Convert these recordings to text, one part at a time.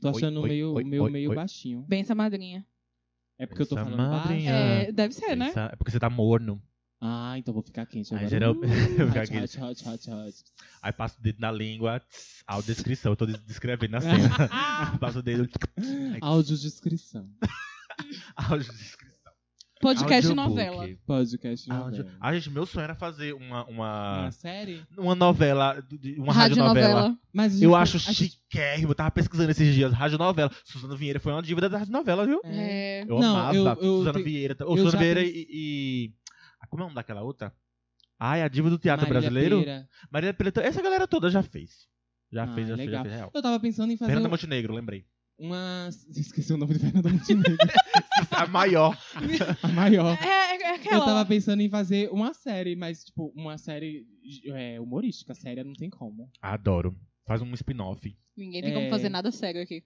Tô achando oi, Tá meio, oi, meio, oi, meio oi. baixinho. Bença madrinha. É porque eu tô Essa falando baixo? madrinha. É, deve ser, né? Essa- É porque você tá morno. Ah, então vou ficar quente Aí agora. geral- Uh, eu ficar hot, quente. hot, hot, hot, hot. Aí passa o dedo na língua, tss, a descrição, eu tô des- descrevendo na cena. passa o dedo, Audiodescrição. a descrição. Podcast Audiobook. novela. Podcast Audio... novela. É Ah, gente, meu sonho era fazer uma, Uma uma, série? uma novela, de- de- uma radionovela. Mas a gente- tá- Eu acho a gente- chiquérrimo, eu tava pesquisando esses dias, radionovela. Suzana Vieira foi uma dívida da radionovela, viu? É. É. Eu Não, amava eu- eu Suzana te- Vieira. Ou eu já Suzana Vieira pensei- e, e- ah, Como é o nome daquela outra? Ai, a diva do teatro Marília brasileiro. Pereira. Marília Pereira. Essa galera toda já fez. Já Ah, fez, já legal. fez, já fez. Real. Eu tava pensando em fazer Fernanda um- Montenegro, lembrei. uma... Esqueci o nome do Fernanda Montenegro. a maior. a maior. É, é Eu aquela. tava pensando em fazer uma série, mas, tipo, uma série é, humorística. Séria não tem como. Adoro. Faz um spin-off Ninguém tem É. como fazer nada sério aqui.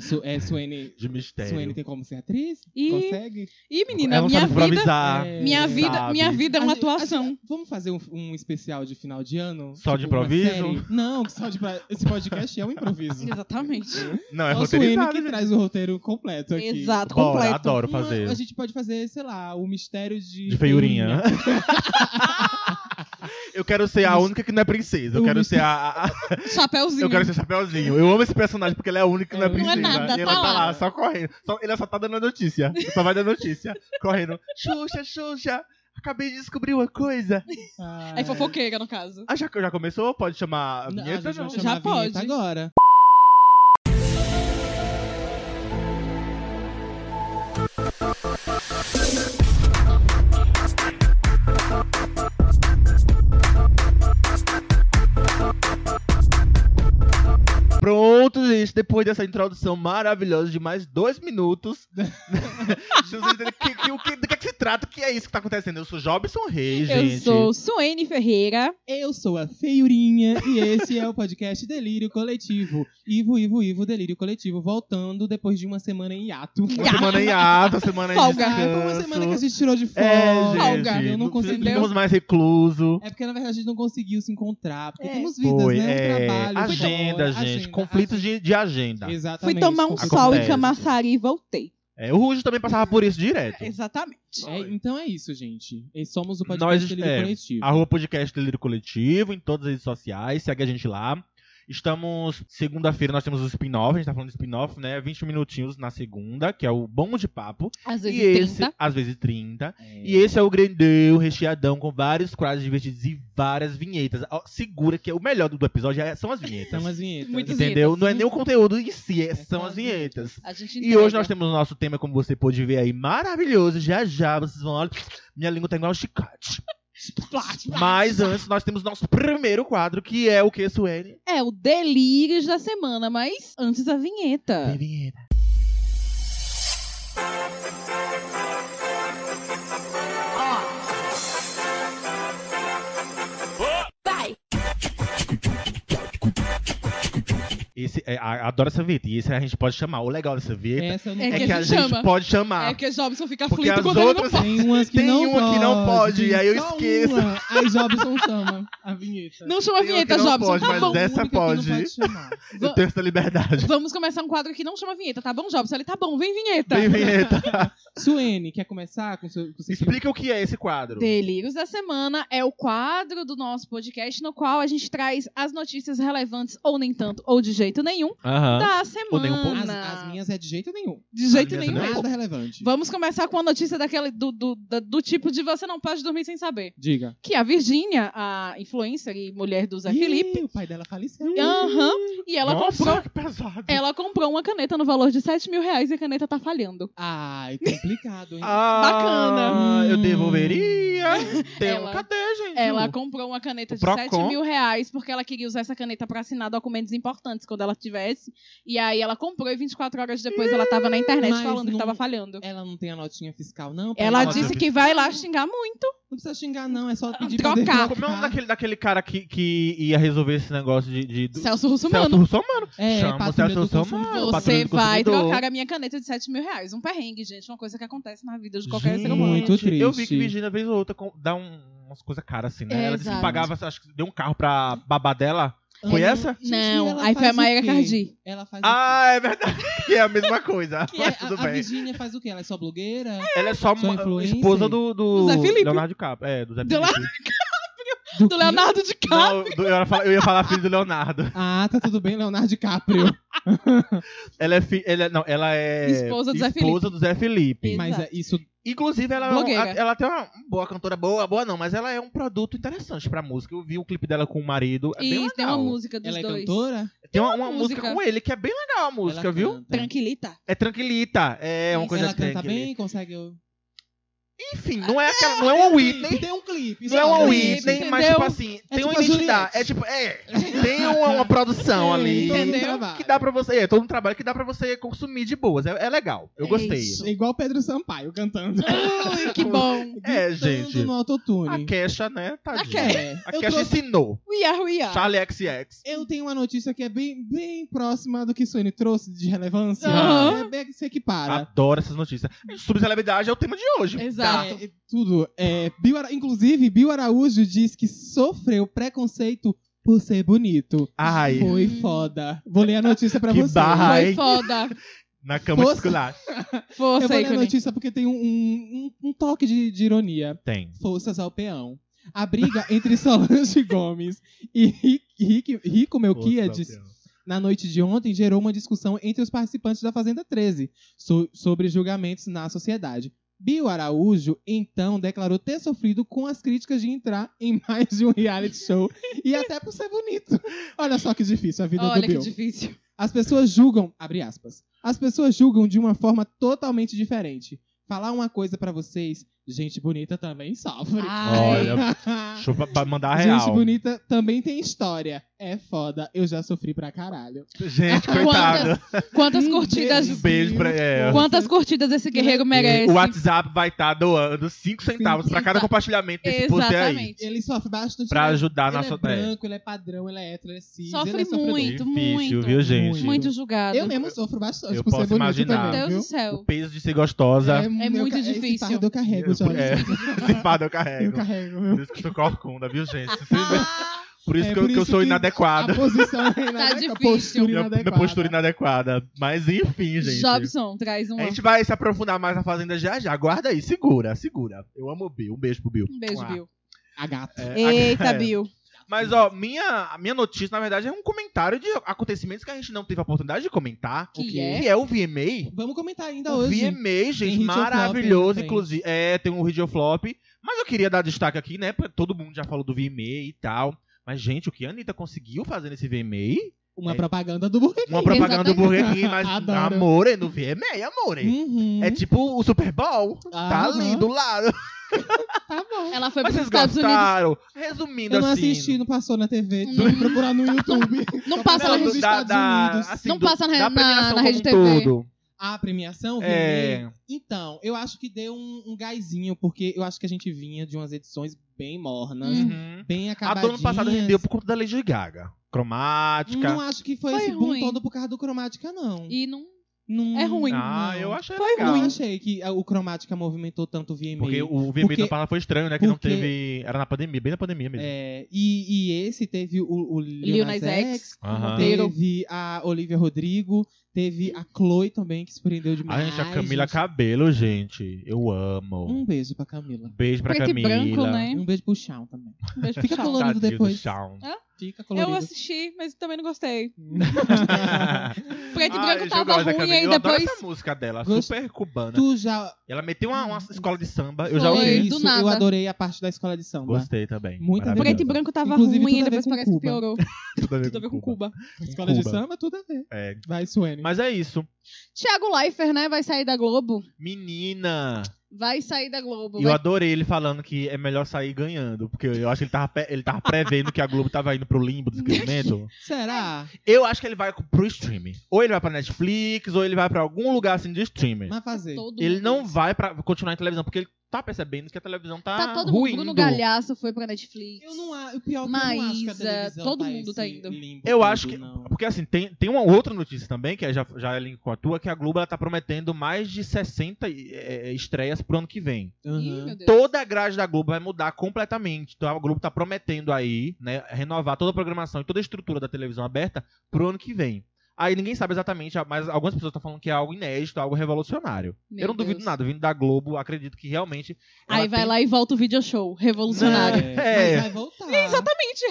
Su é, Suene... de mistério. Suene tem como ser atriz? Ih, Consegue? Ih, menina, Ela não minha sabe vida. improvisar. É. Minha vida, sabe. minha vida é uma A gente- a gente- atuação. vamos fazer um, um especial de final de ano? Tipo, Só uma de improviso? série? Não, só de pra... esse podcast é um improviso. Exatamente. Não, é Só o Suene roteirizado. que gente. traz o roteiro completo aqui. né? Exato, Bora, completo. adoro Uma- fazer. a gente pode fazer, sei lá, o mistério de. De feiurinha. eu quero ser a Mas- única que não é princesa. Eu O quero Mr. ser a. a- Chapeuzinho. eu quero ser Chapeuzinho. Eu amo esse personagem porque ele é a única que não é É, não é princesa. nada, e ela tá tá lá, lá. só correndo. Só- ele só tá dando a notícia. Só vai dar notícia. Correndo. Xuxa, Xuxa. Acabei de descobrir uma coisa. Ah, É fofoqueira, no caso. Ah, já, já começou? Pode chamar a Não, a vinheta? gente vai não? chamar Já a vinheta pode. agora. Pronto, gente. Depois dessa introdução maravilhosa de mais dois minutos. Deixa vocês entenderem que- que- o que- do que, é que se trata? O que é isso que tá acontecendo? Eu sou Jobson Reis, gente. Eu sou Suene Ferreira. Eu sou a Feiurinha e esse é o podcast Delírio Coletivo. Ivo, Ivo, Ivo, Delírio Coletivo. Voltando depois de uma semana em hiato. Uma semana em ato, uma semana em Folga. Ah, foi descanso. uma semana que a gente tirou de folga. É, Folga. gente. Eu não consegui. Ficamos mais recluso. É porque, na verdade, a gente não conseguiu se encontrar. Porque É. temos vidas, Foi, né? Um é, trabalho, agenda, fora, gente. conflitos de, de agenda. Exatamente. Fui tomar um conflitos. sol em Acontece. Camaçari e voltei. É, o Rujo também passava por isso direto. Exatamente. É, então é isso, gente. E Somos o podcast Nós, Delírio é, Coletivo. Arroba podcast Delírio Coletivo, em todas as redes sociais, segue a gente lá. Estamos, segunda-feira nós temos o spin-off, a gente tá falando de spin-off, né? 20 minutinhos na segunda, que é o Bom de Papo. Às E vezes esse, 30. às vezes 30. É. E esse é o grandão, recheadão, com vários quadros divertidos e várias vinhetas. Ó, Segura que o melhor do do episódio é- são as vinhetas. São então, as vinhetas. Muito As Entendeu? vinhetas. Não é nem o conteúdo em si, é- são só as as vinhetas. A gente E hoje nós temos o nosso tema, como você pôde ver aí, maravilhoso. Já já, vocês vão olhar. Minha língua tá igual um chicate. Mas antes, nós temos nosso primeiro quadro, que é o que, Suene? É o Delírios da Semana, mas antes a vinheta. Tem vinheta. Esse, é, a- adoro essa vinheta. E esse a gente pode chamar. O legal dessa vinheta Essa eu não É é, que que, a gente gente chama. pode chamar. É que Jobson fica Porque aflito as quando ele outras. Tem umas que Tem não uma que não pode, aí eu Só esqueço. uma. Aí Jobson chama a vinheta. não... não chama tem uma que vinheta, não Jobson, pode, tá mas é bom. A essa única que pode. Não pode chamar. Eu tenho essa liberdade. Vamos começar um quadro que não chama vinheta, tá bom, Jobson? Ele tá bom, vem vinheta. Tem vinheta. Suene, quer começar com seu, com seu Explica o que é esse quadro. Delírios da Semana é o quadro do nosso podcast no qual a gente traz as notícias relevantes, ou nem tanto, ou de jeito nenhum, Aham. da semana. Ou nem um pouco. As, as minhas é de jeito nenhum. é De jeito As minhas nem nenhum. um mesmo. Nada relevante. Vamos começar com a notícia daquela do, do, da- do tipo de você não pode dormir sem saber. Diga. Que a Virgínia, a influencer e mulher do Zé Ih, Felipe, O pai dela faleceu. aham, e ela Nossa, comprou. É, que pesado. Ela comprou uma caneta no valor de 7 mil reais e a caneta tá falhando. Ai, é complicado, hein? Ah, Bacana. Eu devolveria. Tem um... Ela- Cadê, gente? Ela comprou uma caneta Uhum. O de 7 Procon. mil reais porque ela queria usar essa caneta pra assinar documentos importantes quando ela tivesse. E aí ela comprou e 24 horas depois ela tava na internet Mas falando que não- tava falhando. Ela não tem a notinha fiscal, não? pra Ela Ela disse disse- que vai lá xingar muito. Não precisa xingar, não. É só pedir trocar. pra devolver. Como é o nome daquele, daquele cara que, que ia resolver esse negócio de... de do... Celso Russomano. Celso Russomano. É, Chama o patrulha Celso do Samar. consumidor. Patrulha Você do vai consumidor. trocar a minha caneta de 7 mil reais. Um perrengue, gente. Uma coisa que acontece na vida de qualquer ser humano. Muito triste. Eu vi que Virginia vez ou outra com- dá um- umas coisas caras assim, né? É, ela disse que exato. pagava, acho que deu um carro pra babá dela. Foi Ana- essa? Gente, e Não, ela aí foi a faz o Mayra quê? Cardi. Ela faz o quê? Ah, é verdade. É a mesma coisa, Que é- mas tudo a, a bem. Virginia faz o quê? Ela é só blogueira? Ela é só Sou uma influencer? esposa do, do Do Zé Felipe. Leonardo DiCaprio. É, do Zé Do Felipe. Do Do quê? Leonardo Não, DiCaprio. do- eu, ia falar, eu ia falar filho do Leonardo. Ah, tá tudo bem, Leonardo DiCaprio. Ela é, fi, ela, é- não, ela é Esposa do Zé esposa do Zé Felipe. Exato. Mas é isso. Inclusive, ela, é um- Blogueira. a- ela tem uma boa cantora, boa, boa não, mas ela é um produto interessante pra música. Eu vi o clipe dela com o marido. É bem Isso, tem uma legal. música dos Ela é dois. cantora? Tem uma, uma música. música com ele que é bem legal a música, Ela viu? canta. Tranquilita. É tranquilita. É uma Isso, coisa Ela canta tranquila. bem, consegue. Enfim, não é, aquela, não é uma Whitney. Tem um clipe. Não é uma Sim, Whitney, mas entendeu? tipo assim, tem tipo uma a identidade. Juliette. É tipo, é. Tem uma, uma produção ali. entendeu? Que dá pra você. É todo um trabalho que dá pra você consumir de boas. É, é legal. Eu É gostei. isso. É igual Pedro Sampaio cantando. Ui, que bom. É, Gritando gente. no A autotune. Kesha, né? Tadinha. Kesha. Tá. É. A Eu Kesha trouxe- ensinou. We are, we are. Charlie XX. Eu tenho uma notícia que é bem, bem próxima do que Suene trouxe de relevância. Aham. É bem que se equipara. Adoro essas notícias. Subcelebridade é o tema de hoje. Exato. É, é, tudo. É, Bill Ara- Inclusive, Bill Araújo diz que sofreu preconceito por ser bonito. Ai, Foi foda. Vou ler a notícia pra Que você. barra. Foi Ai. foda. na cama de Força. esculacho. Eu Força vou aí, ler a Cone. notícia porque tem um, um- um toque de- de ironia. Tem. forças ao peão. A briga entre Solange Gomes e Rick, Rick, Rico Melquiades na noite de ontem gerou uma discussão entre os participantes da Fazenda 13 so- sobre julgamentos na sociedade. Bill Araújo, então, declarou ter sofrido com as críticas de entrar em mais de um reality show e até por ser bonito. Olha só que difícil a vida Olha do que Bill. difícil. As pessoas julgam, abre aspas, as pessoas julgam de uma forma totalmente diferente. Falar uma coisa pra vocês, gente bonita também sofre. Ai. Olha, Deixa eu pra- pra mandar a Gente real. bonita também tem história. É foda, eu já sofri pra caralho. Gente, coitada. Quantas Hum, curtidas. beijo. Beijo pra. É. Quantas curtidas esse guerreiro merece? O WhatsApp vai estar doando 5 centavos pra cada Exato. compartilhamento desse post aí. Exatamente. Ele sofre bastante. Pra ele ajudar na ele é sua é. branco, ele é padrão, ele é hétero, ele é cis. Sofre ele é sofredor. muito, Difícil, muito. viu, gente? Muito. Muito julgado. Eu mesmo sofro bastante Eu por ser posso bonito imaginar. também, Deus viu? É do céu. O peso de ser gostosa. meu muito ca- esse difícil. fardo eu carrego, Jorge. É, esse fardo eu Eu carrego. carrego, Por viu? isso que eu sou corcunda, viu, gente? Por isso É, que, eu, por que eu isso sou que inadequada. A posição é Tá inadequada, a postura Tá Minha, inadequada. minha postura inadequada. Mas enfim, gente. É Jobson, traz um. A gente vai se aprofundar mais na Fazenda já já. Guarda aí, segura, segura. Eu amo o Bill. Um beijo pro Bill. Um beijo, Ah, Bill. A gata. é, Eita, é. Bill. Mas, ó, minha, a minha notícia, na verdade, é um comentário de acontecimentos que a gente não teve a oportunidade de comentar. Que O quê? Que é o VMA. Vamos comentar ainda O hoje. VMA, gente, Hit or Flop maravilhoso, também. inclusive. É, tem um video flop. Mas eu queria dar destaque aqui, né? pra- Todo mundo já falou do VMA e tal. Mas, gente, o que a Anitta conseguiu fazer nesse VMA? Uma É. propaganda do Burger King. Uma propaganda do Burger King, mas é Adoro. amore no VMA, amore. Uhum. É tipo o Super Bowl. Tá Aham. ali do lado. Tá bom. Ela foi Mas vocês pros Estados Unidos. gostaram? Resumindo Eu não assim. assisti, não passou na TV. Não. Tem que procurar no YouTube. Não Só procurar passa na nos rede- Estados Unidos. assim, Não do- passa na- da na- premiação na como Rede um TV. todo. A premiação, Vini? É, Então, eu acho que deu um, um gásinho, porque eu acho que a gente vinha de umas edições bem mornas, Hum. uhum. bem A acabadinhas. do ano passado rendeu por conta da Lady Gaga. Cromática. Não acho que foi, Foi esse boom ruim. todo por causa do Cromática, não. E não. Não- É ruim. ah, não. eu achei Eu legal. não achei que a- o Cromática movimentou tanto o VMA. Porque o VMA Porque- do ano passado foi estranho, né? Que não porque- teve. Era na pandemia, bem na pandemia mesmo. É, e, e esse teve o, o Lil Nas X, Aham. teve a Olivia Rodrigo, teve a Chloe também, que surpreendeu Ai, demais. gente, a Camila gente. Cabelo, gente. Eu amo. Um beijo pra Camila. Beijo pra Hum. Preto e Camila. branco, né? Um beijo pro Shawn também. Um beijo pro Fica Shawn. colorido. Colorido Tadinho do depois. Shawn. Fica Eu colorido. assisti, mas também não gostei. Preto e Ai, branco gente, eu tava gosto da ruim, Camila. aí Eu adoro depois. essa música dela, Gosto- super cubana. tu já. Ela meteu uma, uma escola de samba, Hum, Foi. eu já É ouvi. isso, do nada. eu adorei a parte da escola de samba. Gostei também. Muito Maravilhosa. Preto e branco tava Inclusive, ruim, tudo aí a ver depois com parece que Cuba. piorou. Tudo a ver com Cuba. Escola de samba, tudo a ver. É. Vai, Suene. Mas é isso. Tiago Leifert, né, vai sair da Globo. Menina! Vai sair da Globo. E eu vai- adorei ele falando que é melhor sair ganhando. Porque eu acho que ele tava, pe- ele tava prevendo que a Globo tava indo pro limbo do esquecimento. Será? Eu acho que ele vai pro streaming. Ou ele vai pra Netflix, ou ele vai pra algum lugar assim de streaming. Vai fazer. tá Todo Ele mundo não isso. vai pra continuar em televisão, porque ele tá percebendo que a televisão tá. Tá todo mundo. ruindo. Bruno Galhaço foi pra Netflix. Eu não acho. O pior é que eu não acho que a Maísa, televisão todo tá mundo tá esse indo. limbo Eu acho todo, que. não. Porque assim, tem, tem uma outra notícia também, que é já, já é link com a tua, que a Globo ela tá prometendo mais de 60 e- é, estreias pro ano que vem. Ih, Aham. meu Deus. Toda a grade da Globo vai mudar completamente. Então a Globo tá prometendo aí, né, renovar toda a programação e toda a estrutura da televisão aberta pro ano que vem. Aí ninguém sabe exatamente, mas algumas pessoas estão falando que é algo inédito, algo revolucionário. Meu Eu não duvido Deus. nada, vindo da Globo, acredito que realmente. ela Aí vai tem- lá e volta o video show. Revolucionário. É, É. Mas vai voltar. Exatamente. Gente,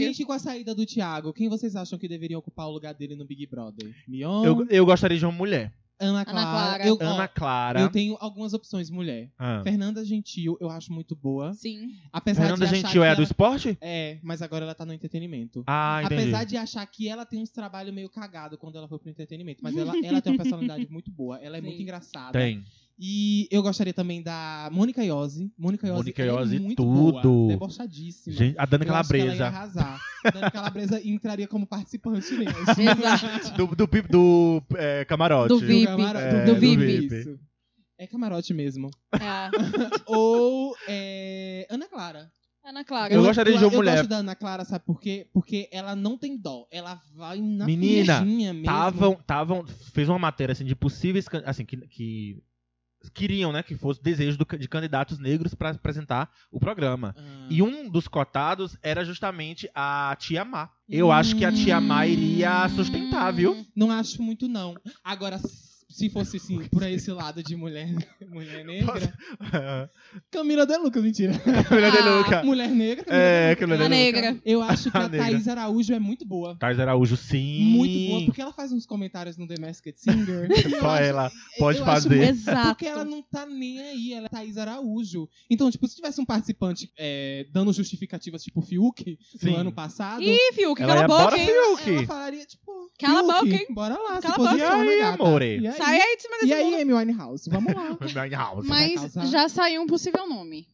Gente, e com a saída do Thiago, quem vocês acham que deveria ocupar o lugar dele no Big Brother? Mion, Eu, eu gostaria de uma mulher. Ana Clara. Clara. Eu, ó, Ana Clara. eu tenho algumas opções, mulher. Ah. Fernanda Gentil, eu acho muito boa. Sim. Apesar Fernanda de achar Gentil que é a ela... do esporte? É, mas agora ela tá no entretenimento. Ah, entendi. Apesar de achar que ela tem uns trabalhos meio cagado quando ela foi pro entretenimento. Mas ela, ela tem uma personalidade muito boa. Ela é Sim. muito engraçada. Tem. E eu gostaria também da Mônica Iose. Mônica Iose Mônica é Iose, muito tudo. boa. Debochadíssima. Gente, a Dani Eu acho que ela é ia Calabresa. arrasar. Dani Calabresa entraria como participante mesmo. Exato. Do, do, pi- do é, camarote. Do VIP. camarote. É, do VIP. Isso. É camarote mesmo. É. Ou é, Ana Clara. Ana Clara. Eu gostaria de uma eu mulher. gosto da Ana Clara, sabe por quê? Porque ela não tem dó. Ela vai na Menina, um piadinha mesmo. Tavam, tavam, fez uma matéria assim de possíveis, can- assim que, que queriam, né, que fosse desejo do ca- de candidatos negros pra apresentar o programa. Ah. E um dos cotados era justamente a Tia Má. Eu acho que a Tia Má iria sustentar, Hum. viu? Não acho muito, não. Agora, se fosse, sim, por esse lado de mulher, mulher negra... Camila De Lucas, mentira. Camila De Luca. Mulher negra, Camila É, De Luca. Camila A De Luca. negra. Eu acho que A a negra. Thaís Araújo é muito boa. Thais Araújo, sim. É Muito boa, porque ela faz uns comentários no The Masked Singer. Só ela pode eu acho fazer. É Exato. Porque ela não tá nem aí, ela é Thaís Araújo. Então, tipo, se tivesse um participante é, dando justificativas, tipo Fiuk, Sim. no ano passado, Ih, Fiuk, Ela cala ia a boca, bora, hein? ela Fiuk. É falaria, tipo, Cala a "Fiuk, boca, hein? Bora lá, Cala a se boca. E posiciona, aí, gata." amore? E aí, Sai aí de cima e desse aí Amy Winehouse, vamos lá. Winehouse. Mas causar. já saiu um possível nome.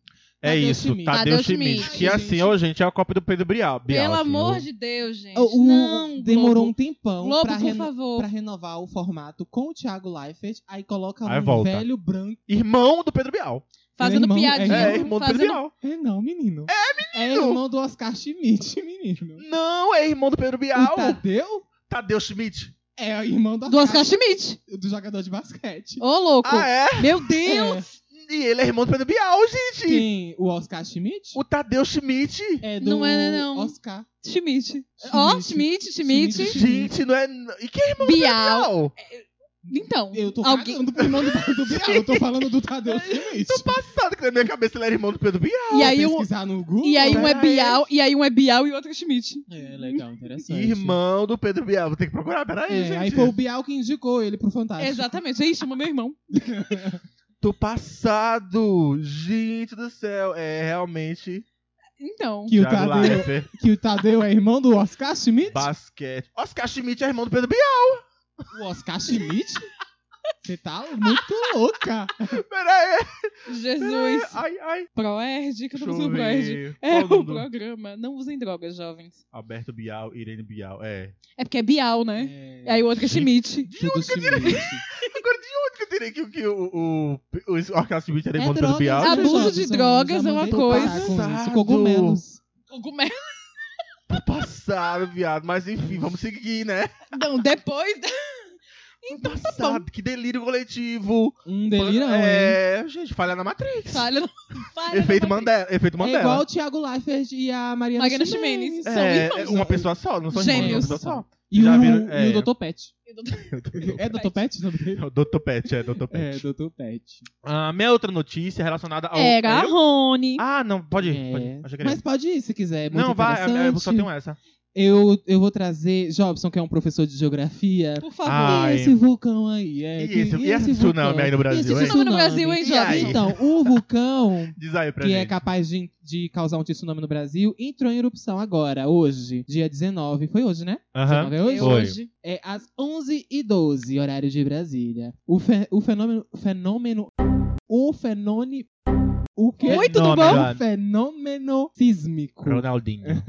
É Tadeu isso, Schmidt. Tadeu Tadeu Schmidt. Schmidt. Que Ai, assim, gente. ó, gente, é a cópia do Pedro Bial. Bial, Pelo assim, amor ó. de Deus, gente. O- o- não, demorou um Globo. tempão Globo, pra, por reno- favor. pra renovar o formato com o Thiago Leifert, aí coloca Aí um volta. velho branco. Irmão do Pedro Bial. Fazendo Meu irmão, piadinha. É, Irmão- irmão do Pedro fazendo... Bial. É não, menino. É, menino! É irmão do Oscar Schmidt, menino. Não, é irmão do Pedro O Bial. Tadeu Tadeu Schmidt. é irmão do Do Oscar Oscar, Schmidt. do jogador de basquete. Ô, louco. Ah, é? Meu Deus. E ele é irmão do Pedro Bial, gente. Quem? O Oscar Schmidt? O Tadeu Schmidt. É do Não é, não. Oscar. Schmidt. Ó, Schmidt, Schmidt. Schmidt. Gente, não é. E que é irmão Bial. Bial? Então. Eu tô Alguém- falando do irmão do, do Bial, eu tô falando do Tadeu Schmidt. Tô passado É que na minha cabeça ele era irmão do Pedro Bial. assim, E aí, um, pesquisar no Google. e aí um é Pera aí. Bial, e aí um é Bial e outro é Schmidt. É legal, interessante. Irmão do Pedro Bial. Vou ter que procurar, peraí, É, gente. aí foi o Bial que indicou ele pro Fantástico. Exatamente. Aí chama meu irmão. Tô passado. Gente do céu. É realmente. Então. Que o, Thiago Tadeu, Leifert, que o Tadeu é irmão do Oscar Schmidt? basquete. Oscar Schmidt é irmão do Pedro Bial. O Oscar Schmidt? Você tá muito louca. Peraí. Jesus. É, Ai, ai. Proerd, que eu Deixa tô eu usando Proerd. ver. É Qual o o nome do- programa. Não usem drogas, jovens. Alberto Bial, Irene Bial. É. É porque é Bial, né? É, Aí o outro é Schmidt. tudo Schmidt. É Agora, de onde que eu tirei que, que o, o, o Oscar Schmidt era irmão do Pedro drogas, Bial? né, Abuso jovens? de Eu já drogas é uma mandei parar coisa. com isso. Passado. Cogumelos. Cogumelo. Tô passado, viado. Mas enfim, vamos seguir, né? Não, depois. da- Tô passado. que delírio coletivo. Um delirão, hein? É, gente, falha na Matrix. Falha. no- falha Efeito, no- Mandela, efeito Mandela. É igual o Thiago Leifert e a Mariana, Mariana Ximenes. Ximenes. são É, irmãos, uma né? pessoa só, não são Gêmeos. irmãos, é uma pessoa E Já o, viram- é. e o Dr. Pet. É Dr. Pet? o nome dele? só. Doutor Pet, é, Doutor Pet. É, Dr. Pet. Ah, minha outra notícia relacionada ao. Era a Eu? Rony. Ah, não, pode ir. É. Pode ir. Achei que era. Mas pode ir se quiser. é muito não, vai, é, eu interessante. só tenho essa. eu, eu vou trazer Jobson, que é um professor de geografia. Por favor. Ah, E Ai. esse vulcão aí? É, E que- esse- e esse tsunami aí no E Brasil, esse hein? tsunami Tsunami no Brasil, hein, E aí? jovens? Então, o vulcão Diz aí pra que gente. é capaz de, de causar um tsunami no Brasil entrou em erupção agora, hoje, dia 19. Foi hoje, né? Aham. 19 é hoje? Eu Oi. hoje. É às 11h12, horário de Brasília. O, fe- o fenômeno. fenômeno o fenômeno. O quê? Muito do Fenômeno. Um fenômeno sísmico Ronaldinho.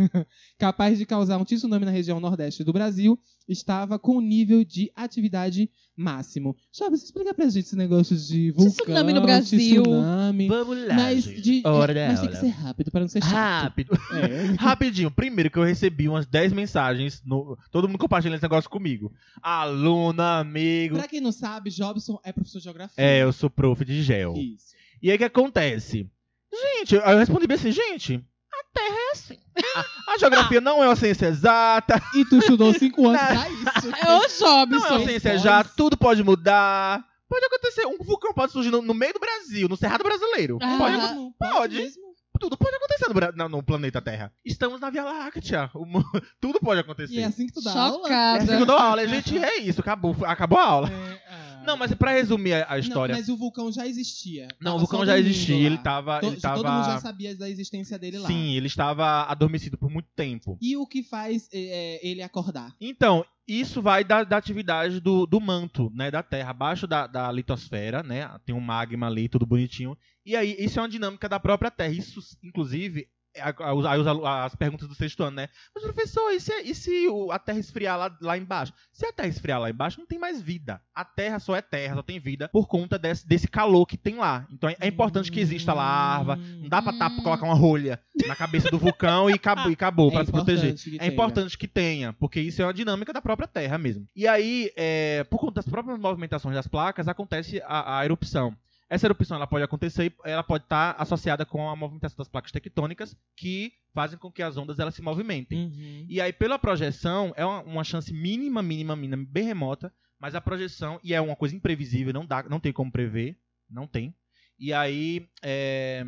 capaz de causar um tsunami na região nordeste do Brasil estava com um nível de atividade máximo. Chaves, explica pra gente esse negócio de vulcão, Tsunami no Brasil. tsunami. Vamos lá. Mas, gente. de- é, Ora, mas tem que ora. ser rápido para não ser chato. Rápido. É. Rapidinho, primeiro que eu recebi umas 10 mensagens, no- todo mundo compartilhando esse negócio comigo. Aluna, amigo. Pra quem não sabe, Jobson é professor de geografia. É, eu sou prof de gel. Isso. E aí o que acontece? Gente, aí eu respondi bem assim, gente, a Terra é assim. A, a geografia não é uma ciência exata, E tu estudou cinco anos pra isso. É o Jobs. não é uma Missões ciência pós. exata, tudo pode mudar. Pode acontecer, um vulcão pode surgir no, no meio do Brasil, no Cerrado Brasileiro. Ah. Pode, mesmo? pode. mesmo? tudo pode acontecer no, Bra- no- no planeta Terra. Estamos na Via Láctea, o mu- tudo pode acontecer. E é assim que tu dá aula? É assim que eu Chocada. dou aula, gente, é isso, acabou, acabou a aula. É, ah. Não, mas pra resumir a, a história. Não, mas o vulcão já existia. Tava Não, o só vulcão já dormindo existia, lá. ele tava. To- ele Todo tava mundo já sabia da existência dele lá. Sim, ele estava adormecido por muito tempo. E o que faz é, é, ele acordar? Então, isso vai da, da atividade do, do manto, né? Da Terra, abaixo da, da litosfera, né? Tem um magma ali, tudo bonitinho. E aí, isso é uma dinâmica da própria Terra. Isso, inclusive, é a- a- os- aí os alu- as perguntas do sexto ano, né? Mas, professor, e se, e se o- a Terra esfriar lá, lá embaixo? Se a Terra esfriar lá embaixo, não tem mais vida. A Terra só é Terra, só tem vida por conta desse, desse calor que tem lá. Então, é, é importante que exista larva, Não dá pra tá, Hum. colocar uma rolha na cabeça do vulcão e acabou, e acabou pra se proteger. importante que É tenha. importante que tenha, porque isso é uma dinâmica da própria Terra mesmo. E aí, é, por conta das próprias movimentações das placas, acontece a, a erupção. Essa erupção ela pode acontecer, ela pode estar associada com a movimentação das placas tectônicas, que fazem com que as ondas elas se movimentem. Uhum. E aí, pela projeção, é uma, uma chance mínima, mínima, mínima, bem remota, mas a projeção, e é uma coisa imprevisível, não, dá, não tem como prever, não tem. E aí, é,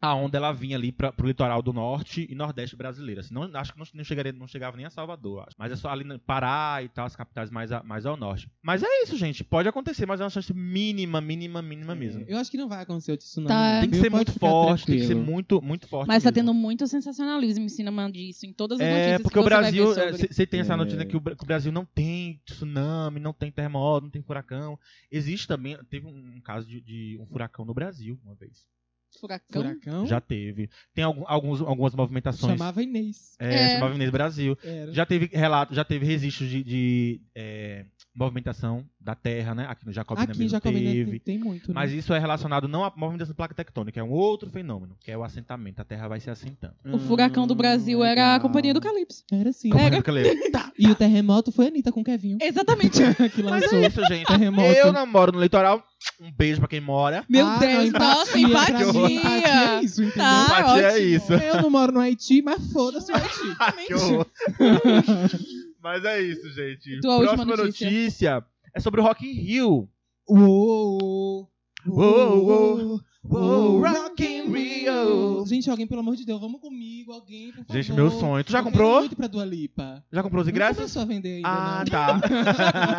a onda ela vinha ali para pro litoral do norte e nordeste brasileiro. Assim, não, acho que não, não chegaria, não chegava nem a Salvador, acho. mas é só ali no Pará e tal, as capitais mais, a- mais ao norte. Mas é isso, gente, pode acontecer, mas é uma chance mínima, mínima, mínima É mesmo. Eu acho que não vai acontecer o tsunami. Tá. não, Tem que É, viu? ser Pode muito ficar forte, tem que ser tranquilo. muito, muito forte. Mas tá então. mesmo. tendo muito sensacionalismo em cima disso, em todas as notícias É, que porque o você vai Brasil. ver sobre. Você tem essa É. notícia que o, Bra- que o Brasil não tem tsunami, não tem terremoto, não tem furacão. Existe também. Teve um um caso de, de um furacão no Brasil uma vez. Furacão. Furacão? Já teve. Tem algum- alguns, algumas movimentações. Chamava Inês. É, É. chamava Inês Brasil. Era. Já teve relato, já teve registro de, de, é, movimentação da terra, né? Aqui no Jacobina Aqui em mesmo Jacobina teve. tem, tem muito, né? Mas isso é relacionado não à movimentação da placa tectônica, é um outro fenômeno, que é o assentamento. A terra vai se assentando. O furacão do Brasil era a Hum, legal. companhia do né? Calypso. Era sim. Como é que eu leio? E o terremoto foi a Anitta com o Kevinho. Exatamente. que Mas lançou é isso, gente. terremoto. Eu não moro no litoral. Um beijo pra quem mora. Meu Ah, não, Deus, tá nossa, empatia. pra mim, empatia é isso, entendeu? Tá Empatia é ótimo. isso. Eu não moro no Haiti, mas foda-se o Haiti. é Que horror. Mas é isso, gente. Então, Tua última Próxima notícia. notícia. é sobre o Rock in Rio. Uou, uou, Uou, uou, Rock in Rio. Gente, alguém, pelo amor de Deus, vamos comigo, alguém, por favor. Gente, meu sonho. Tu já Eu comprou? quero muito pra Dua Lipa. Já comprou os Não ingressos? começou a vender ainda, Ah, não. tá.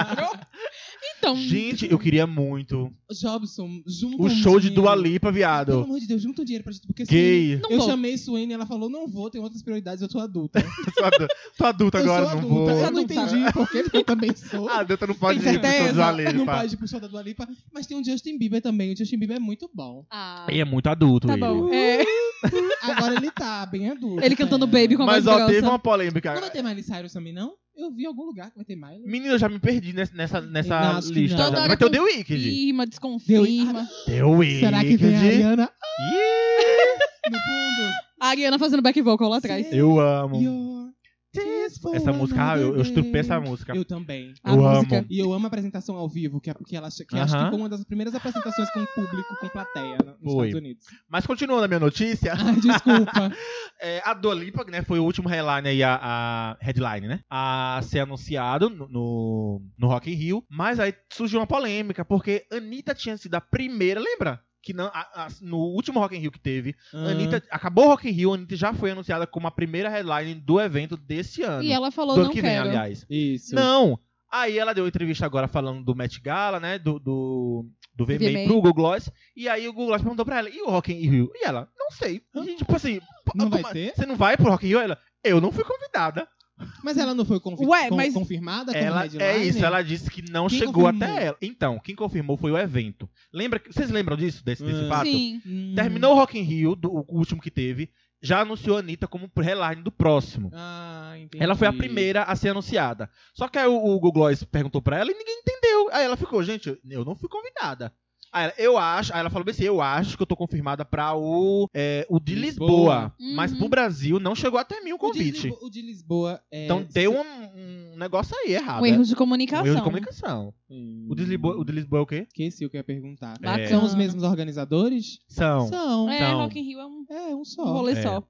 Então, Gente, eu queria muito. Jobson, junta O um show de dinheiro. Dua Lipa, Pelo viado. amor de Deus, junta um dinheiro pra gente, porque Suene- Gay. não eu vou. chamei Suene, ela falou, não vou, tenho outras prioridades, eu sou adulta. Tô adu- Tô adulta eu agora, sou não adulta, vou. eu não Adulta. entendi porque eu também sou. Ah, Deus, não pode Tem ir pro show de Dua certeza? Não Lipa. pode ir pro show da Dua Lipa, mas tem o Justin Bieber também, o Justin Bieber é muito bom. Ah, E é muito adulto tá ele. bom. É, Agora ele tá bem adulto. ele cantando né? Baby com a Mas, voz ó, teve grossa. uma polêmica. Não vai ter Miley Cyrus também, não? Eu vi em algum lugar que vai ter Miley. Menina, eu já me perdi nessa, nessa, Não, nessa acho que lista. não. já. Toda hora Vai ter o com- The Wicked. Confirma, Deu- desconfirma. The Wicked. Será que vem a Ariana Ih, no fundo? A Ariana fazendo back vocal lá atrás. Sim. Eu amo. You're just for Essa música, ah, eu, eu another estupei essa day. música. Eu também. A Eu música. amo. E eu amo a apresentação ao vivo, que, é porque ela, que acho que Aham. foi uma das primeiras apresentações com público, com plateia né, nos Foi. Estados Unidos. Mas continuando a minha notícia, Ai, desculpa. é, a Dua Lipa, né, foi o último headline aí, a, a headline, né, a ser anunciado no- no, no Rock in Rio, mas aí surgiu uma polêmica, porque Anitta tinha sido a primeira, lembra? Que não, a- a- no último Rock in Rio que teve, Anitta, acabou o Rock in Rio, Anitta já foi anunciada como a primeira headline do evento desse ano. E ela falou, do ano não que vem, quero. né, aliás. Isso. Não! Aí ela deu entrevista agora falando do Met Gala, né? Do, do, do VMA, VMA. pro Google Gloss. E aí o Google Gloss perguntou pra ela, e o Rock in Rio? E ela, não sei. E, tipo assim, Não como- vai ter? você não vai pro Rock in Rio? Ela, eu não fui convidada. Mas ela não foi confi- Ué, con- mas- confirmada como Ela, headliner? é isso, ela disse que não Quem chegou confirmou? até ela. Então, quem confirmou foi o evento. Lembra, que- vocês lembram disso, desse, desse Hum. fato? Sim. Hum. Terminou o Rock in Rio, do, o último que teve, já anunciou a Anitta como headline do próximo. Ah, entendi. Ela foi a primeira a ser anunciada. Só que aí o, o Google Gloss perguntou pra ela e ninguém entendeu. Aí ela ficou, gente, eu não fui convidada. Aí ela, eu acho, aí ela falou bem assim, eu acho que eu tô confirmada pra o, é, o de Lisboa. Lisboa. Mas Uhum. pro Brasil não chegou até mim o O de convite. Lisbo- O de Lisboa é... Então deu um, um negócio aí errado. Um né? erro de Um comunicação. erro de comunicação. Hum. O de Lisboa, o de É, Lisboa é o quê? Esqueci o que eu ia perguntar. Bacana. São os mesmos organizadores? São. São. É, Então. Rock in Rio é um É, um só. rolê É. só.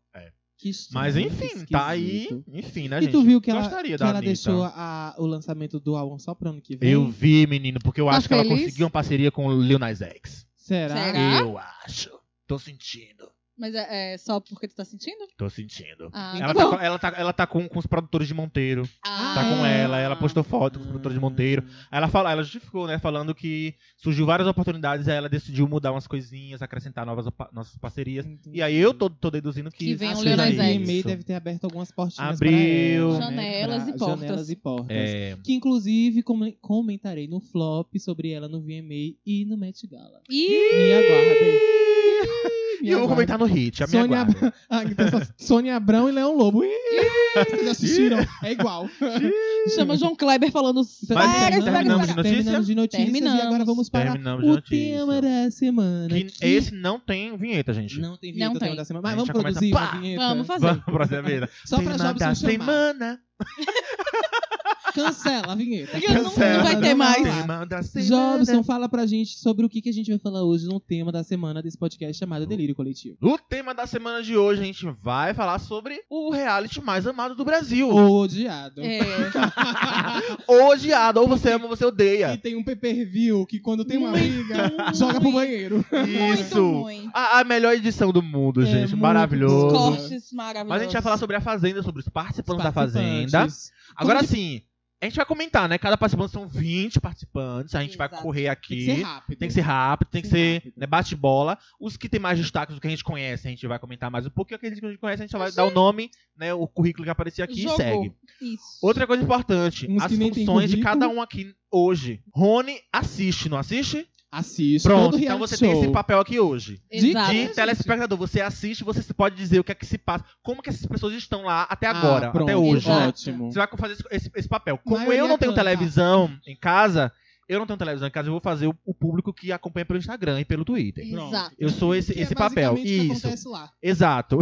Que estranho, Mas que enfim, É esquisito. tá aí. Enfim, né, E gente? tu viu que ela, Gostaria que da ela Anitta. deixou a- o lançamento do álbum só pro ano que vem? Eu vi, menino, porque eu Tá acho que ela feliz? conseguiu uma parceria com o Lil Nas X. Será? Será? Eu acho. Tô sentindo. Mas é, é só porque tu tá sentindo? Tô sentindo. Ah, Ela tá tá, bom. com, ela, tá, ela tá com, com os produtores de Monteiro. Tá Ah, com é. ela. Ela postou foto com os produtores de Monteiro. Aí ela, fala, ela justificou, né? Falando que surgiu várias oportunidades. Aí ela decidiu mudar umas coisinhas, acrescentar novas opa- nossas parcerias. E aí eu tô, tô deduzindo que. Que vem Acho o que Lil já Nas seja a X. EMEI isso. deve ter aberto algumas portinhas Abriu. pra ela, né? Janelas Pra- e portas. Janelas e portas. É, Que inclusive com- comentarei no flop sobre ela no VMA e no Met Gala. Ih, Me aguardem. E Me eu vou aguardem. comentar no hit, a minha Sônia, guarda. Abra- ah, que tem só Sônia Abrão e Leão Lobo. Ih, Vocês assistiram? É igual. chama João Kleber falando. Então, Mas "Para, terminamos- para, terminamos de para". notícia? Terminamos de notícias Terminamos. e agora vamos para Terminamos de o notícia. tema da semana. Que é esse não tem vinheta, gente. Não tem vinheta Não o tema tem. da semana. Mas A vamos gente já começa, produzir pá! uma vinheta? Vamos fazer. Vamos pra semana. Só pra Jobson chamar. semana. Cancela a vinheta. Porque não- não vai ter mais. Tema da semana. Jobson, fala pra gente sobre o que, que a gente vai falar hoje no tema da semana desse podcast chamado Delírio Coletivo. O tema da semana de hoje a gente vai falar sobre o reality mais amado do Brasil. Odiado. É, Odiado, ou você ama ou você E odeia. tem um pay per view que quando tem uma Muito briga, joga pro banheiro. Isso. muito ruim. A, a melhor edição do mundo, É, gente. muito Os Maravilhoso. escorre. cortes maravilhosos. Mas a gente vai falar sobre a Fazenda, sobre os participantes da Participantes. Fazenda. Agora Como sim, a gente vai comentar, né? Cada participante são 20 participantes, a gente vai Exato. correr Tem aqui. que ser rápido. Tem que ser rápido, tem que Sim, ser rápido. né, bate-bola. Os que tem mais destaques do que a gente conhece, a gente vai comentar mais um pouquinho. Aqueles que a gente conhece, a gente só vai dar é. o nome, né, o currículo que aparecia aqui Jogou. e segue. Isso. Outra coisa importante, Uns as que nem tem funções de currículo. cada um aqui hoje. Rony assiste, não assiste? Assiste. Pronto, todo então reality você tem show. Ah, é esse papel aqui hoje. Exato. De tá gente. telespectador, você assiste, você pode dizer o que é que se passa, como que essas pessoas estão lá até agora, Ah, pronto, até hoje. Exato. Ótimo. Você vai fazer esse- esse, esse papel. Como Maioria eu não tenho canta. televisão em casa, eu não tenho televisão em casa, eu vou fazer o, o público que acompanha pelo Instagram e pelo Twitter. Pronto. Exato. Eu sou esse, Que é esse papel. basicamente o que Isso, acontece lá. exato.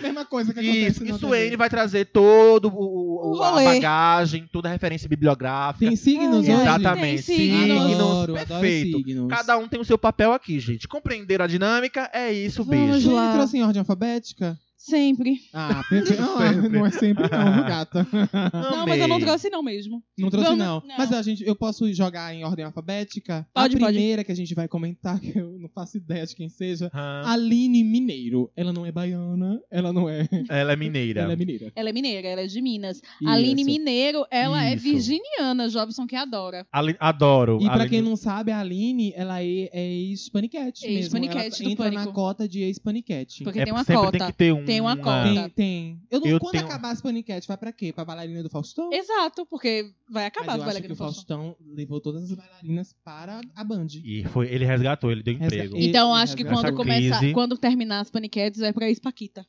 Mesma coisa que acontece Isso, na e TV. Suene vai trazer todo o, o- O a rolê. bagagem, toda a referência bibliográfica. Tem signos Ah, hoje? Exatamente. Tem signos. Signos, Adoro, adoro perfeito. signos. Cada um tem o seu papel aqui, gente. Compreender a dinâmica? É isso, Vamos beijo. lá. Você entrou assim em ordem alfabética? Sempre. Ah, perfeito. Não, ah, Sempre. não é sempre não, viu, gata? Não, mas eu não Amei. trouxe não mesmo. Não trouxe, Vamos- não. não. Mas a gente, eu posso jogar em ordem alfabética? Pode, a pode. primeira que a gente vai comentar, que eu não faço ideia de quem seja. Ah, Aline Mineiro. Ela não é baiana, ela não é. Ela é mineira. Ela é mineira. Ela é mineira, ela é de Minas. Aline Isso. Mineiro, ela é Isso. virginiana, Jobson que adora. Ali- Adoro. E pra Aline- quem não sabe, a Aline, ela é, é ex-paniquete mesmo. Ex-paniquete Ela do entra na Pânico. cota de ex-paniquete. Porque é, tem uma sempre cota. Tem que ter um- Tem uma uma cota. Tem, tem. Eu não, Eu quando tenho- acabar as paniquetes, vai pra quê? Pra bailarina do Faustão? Exato, porque vai Mas acabar eu as acho que o bailarinas. Faustão. Faustão, levou todas as bailarinas para a Band. E foi, ele resgatou, ele deu Resga- emprego. E- Então acho que Essa quando começar, né? crise. quando terminar as paniquetes é pra Espaquita.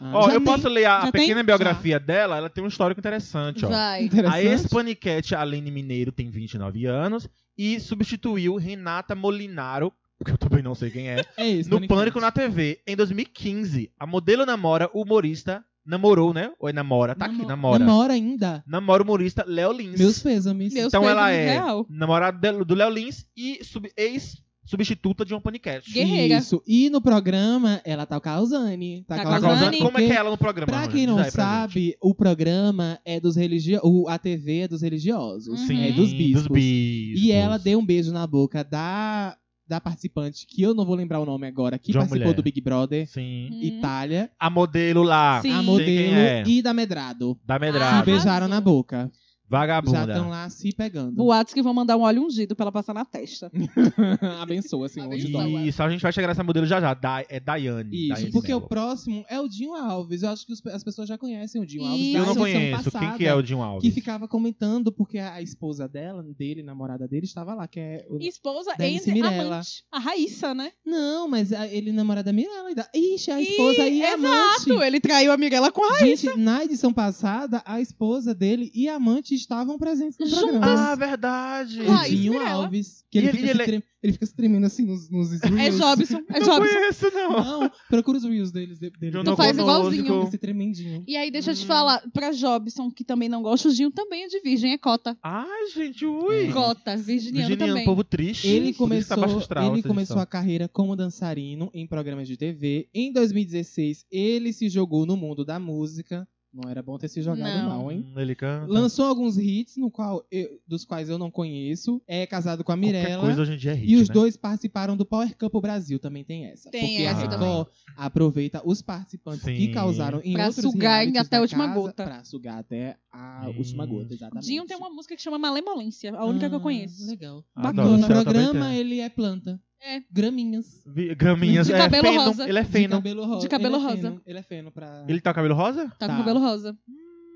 Ah, Ó, já eu tem. posso ler a, a Já tem? pequena biografia dela, ela tem um histórico interessante, ó. Vai. A Interessante. ex-paniquete Aline Mineiro tem 29 anos e substituiu Renata Molinaro, que eu também não sei quem é, É isso, no Pânico na TV. Em 2015, a modelo namora o humorista, namorou, né? Ou é namora, tá aqui, Namo- namora. Namora ainda. Namora o humorista Léo Lins. Meus pêsames. Meus Então ela pêsames é real. Namorado de- do Léo Lins e sub- ex-substituta de uma paniquete. Gay. Guerreira. Isso. E no programa, ela tá o Calzani. Tá, Tá Tá causando- Calzani. Como é que é Porque, ela no programa? Pra Rony? quem Diz não aí é pra gente. sabe, o programa é dos religiosos. A TV é dos religiosos. Uhum. Sim, É dos bispos. bispos. E ela deu um beijo na boca da, da participante, que eu não vou lembrar o nome agora, que De uma participou mulher. do Big Brother Sim. Itália, A modelo lá, Hum, Sim. a sei quem modelo é. Tá. e da Medrado. da Se Medrado. Ah, beijaram na boca. Já Vagabunda. estão lá se pegando. Boatos que vão mandar um óleo ungido pra ela passar na testa. Abençoa, assim, Senhor. Hum, de Abençoa. nós. Isso, a gente vai chegar nessa modelo já já. Da, é Daiane. Isso, Daiane porque o Mello. próximo é o Dinho Alves. Eu acho que os- as pessoas já conhecem o Dinho Alves. Isso. da Eu não edição conheço. Quem passada, que é o Jim Alves? Que ficava comentando porque a a esposa dela, dele, namorada dele, estava lá, que é... o- E esposa Dane-se entre Mirella. amante. A Raíssa, né? Não, mas a- ele namora da Mirella. e da- Ixi, a esposa aí é amante. Exato, ele traiu a Mirella com a Gente, na edição passada, a esposa dele e a amante estavam presentes no Juntas. programa. Ah, verdade. o Raiz Dinho Mirella. Alves. Que Ah, E ele, ele- fica ele- é- se trem- ele fica se tremendo assim nos, nos É reels. Jobson, é não Jobson. conheço, não. Não, procura os reels deles. de- dele. Eu Tu não faz conosco. igualzinho. Esse tremendinho. E aí, deixa eu te Hum. falar, pra Jobson, que também não gosta, o Gil também é de virgem, é cota. Ai, gente, ui. Cota, virginiano, Virginiano, também. povo triste. Ele Por isso que tá começou, baixo astral ele essa começou edição. a carreira como dançarino em programas de TV. Em 2016, ele se jogou no mundo da música. Não era bom ter se jogado Não. não, hein? Hum, Ele canta. Lançou alguns hits, no qual eu- dos quais eu não conheço. É casado com a Qualquer coisa Mirella. hoje em dia é hit, E os né? dois participaram do Power Camp Brasil, também tem essa. Tem porque essa a também. Record aproveita os participantes que Sim. causaram em Pra outros sugar realities até a da última casa, gota. Pra sugar até a Hum. última gota, exatamente. Dinho tem uma música que chama Malemolência, a única que eu Ah, conheço. Legal. Adoro. No O Céu programa também tem. ele é planta. É. Graminhas. Vi- Graminhas. De é cabelo feno. rosa. Ele é De feno. cabelo rosa. De ele cabelo é rosa. feno, Ele é feno pra. Ele tá com cabelo rosa? Tá. Tá, com cabelo rosa.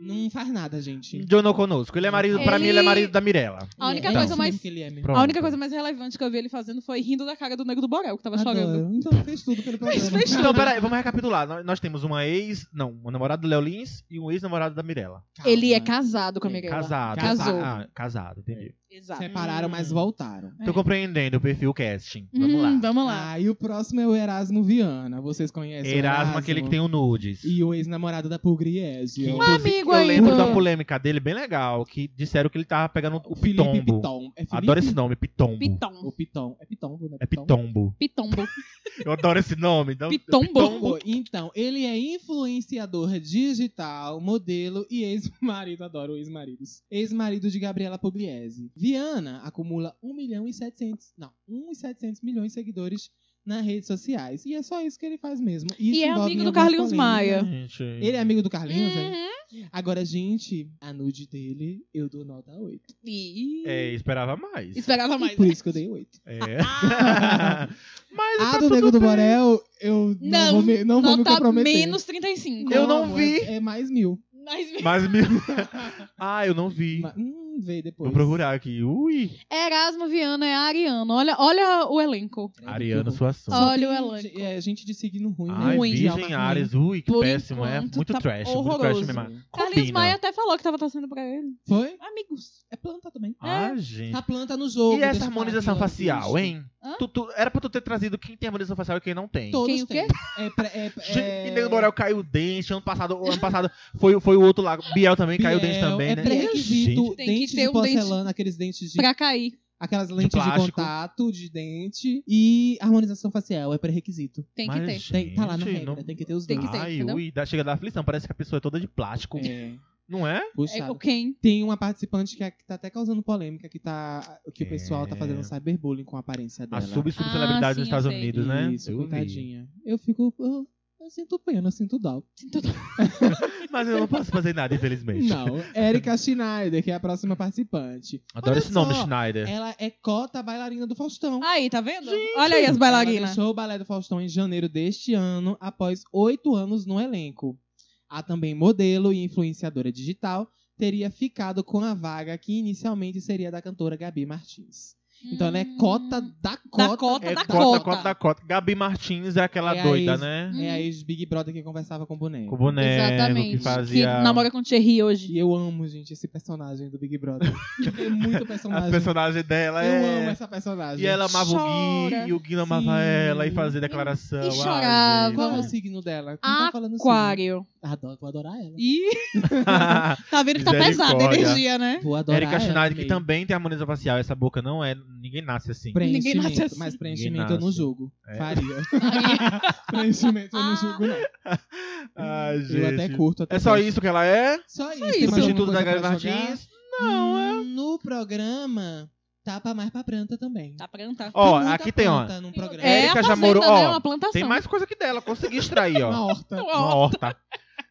Não faz nada, gente. Eu não conosco. Ele é marido, pra mim, ele é Ele- marido da Mirella. A única é, coisa isso mais- mesmo que ele é mesmo. Pronto. A única coisa mais relevante que eu vi ele fazendo foi rindo da cara do Negro do Borel, que tava chorando. Adoro. Então fez tudo pelo programa. fez tudo. Então, peraí, vamos recapitular. Nós, nós temos uma ex. Não, um namorado do Léo Lins e um ex-namorado da Mirella. Calma. Ele é casado com a É, Mirella. Casado. Casou. Ah, casado, entendi. Exato. Separaram, Hum. mas voltaram. Tô É. compreendendo o perfil casting. Vamos lá. Hum, vamos lá. Ah, e o próximo é o Erasmo Viana. Vocês conhecem Erasmo, o aquele que tem o nudes. E o ex-namorado da Pugliese. Que, ó. Mas- inclusive, amigo eu lembro ainda. da polêmica dele bem legal, que disseram que ele tava pegando o Felipe pitombo. Piton. É Felipe? Adoro esse nome, pitombo. O Pitom. Piton. É Pitombo, né? É pitombo. Pitombo. Eu adoro esse nome. Então, Pitombo. Bom, Então, ele é influenciador digital, modelo e ex-marido. Adoro ex-maridos. Ex-marido de Gabriela Pugliese. Viana acumula 1 milhão e 700... Não, 1 e 700 milhões de seguidores nas redes sociais. E é só isso que ele faz mesmo. Isso E é envolve amigo em do algumas Carlinhos polêmicas. Maia. Gente, Ele é amigo do Carlinhos, né? Uhum. Agora, gente, a nude dele, eu dou nota 8. Ih. é, esperava mais. Uhum. Esperava E mais. por né? isso que eu dei 8. É. Mas A tá Ah, do tudo Nego do bem. Borel, eu não, Não, vou me, não vou me Nota comprometer. menos 35. Eu não Como? vi. É, é mais mil. Mas... Mas me... Ah, eu não vi. Ma- Hum, vê depois. Vou procurar aqui. Ui. Erasmo Viana é ariano. Olha, olha o elenco. É, Ariano porque- Suassuna. Ó, Só Olha tem o elenco. ge- É, gente de signo ruim, Ai, né? ruim. Virgem Ares. Ui, que Por péssimo. É enquanto, muito tá trash. Muito trash horroroso. mesmo. Carlinhos Combina. Maia até falou que tava torcendo pra ele. Foi? Amigos. É planta também. Ah, gente. Tá planta no jogo. E deixa essa eu falar harmonização aqui, ó, facial, bicho. hein? Hã? Tu- tu- era pra tu ter trazido quem tem harmonização facial e quem não tem. Todos Quem o têm. quê? É, pra- é, é... Gente, E Nego do Borel caiu o dente. Ano passado, ano passado foi, foi o outro lá. Biel também caiu o dente Biel, também, é né? pré-requisito. Gente, Tem que Dente ter de um dente- porcelana, aqueles dentes de... Pra cair. Aquelas lentes de, plástico. contato, de dente. E harmonização facial é pré-requisito. Tem que mas, ter. Tem, tá lá na gente, regra, não- Ah, tem que ter os Tem que dois. ter, Ai, entendeu? ui, dá- chega da aflição. Parece que a pessoa é toda de plástico. É, Não é? É puxado. o quem? Tem uma participante que, é- que tá até causando polêmica, que, tá, que o pessoal tá É. fazendo cyberbullying com a aparência A dela. sub-subcelebridade Ah, sim, dos Estados eu sei. Unidos, né? Isso, Eu vi. coitadinha. Eu fico. Eu, eu sinto pena, eu sinto dó. Mas eu não posso fazer nada, infelizmente. Não, Erika Schneider, que é a próxima participante. Adoro Olha esse nome, só. Schneider. Ela é cota bailarina do Faustão. Aí, tá vendo? Olha é aí as Ela bailarinas. deixou o balé do Faustão em janeiro deste ano, após oito anos no elenco. A também modelo e influenciadora digital teria ficado com a vaga que inicialmente seria da cantora Gabi Martins. Então ela é cota da cota. cota É Hum. da cota, cota. cota da cota. Gabi Martins é aquela É a doida, ex- né? É a ex-Big Brother que conversava com o boneco. Com o É, boneco, Exatamente. que fazia... Que namora com o Thierry hoje. E eu amo, gente, esse personagem do Big Brother. Tem muito personagem. A personagem dela Eu é... amo essa personagem. E ela amava o Chora. Gui, e o Gui não amava Sim. ela, e fazia declaração. E Ai, chorava. gente. Qual é o signo dela? Não tá falando o signo. Aquário. Adoro, vou adorar ela. Ih, tá vendo que tá Misericórdia. pesada a energia, né? Vou adorar Erika ela. Schneider, que amei. também tem harmonização facial. Essa boca não é... Ninguém nasce assim. Preenchimento, Ninguém nasce assim. mas Ninguém preenchimento eu nasce. não julgo. É. Faria. preenchimento eu não julgo, não. Ai, Eu até curto. Até É só gosto. isso que ela é? Só isso. isso. Tem mais alguma Substituto da coisa Gabi pra jogar? Martins? Não, é... Hum, No programa, tapa mais pra planta também. Tá planta. Ó, Tem muita aqui tem, ó. planta num um programa. É Érica a já fazenda, morou- né? ó, uma plantação. Tem mais coisa que dela, consegui extrair, ó. Uma horta. Uma Uma horta.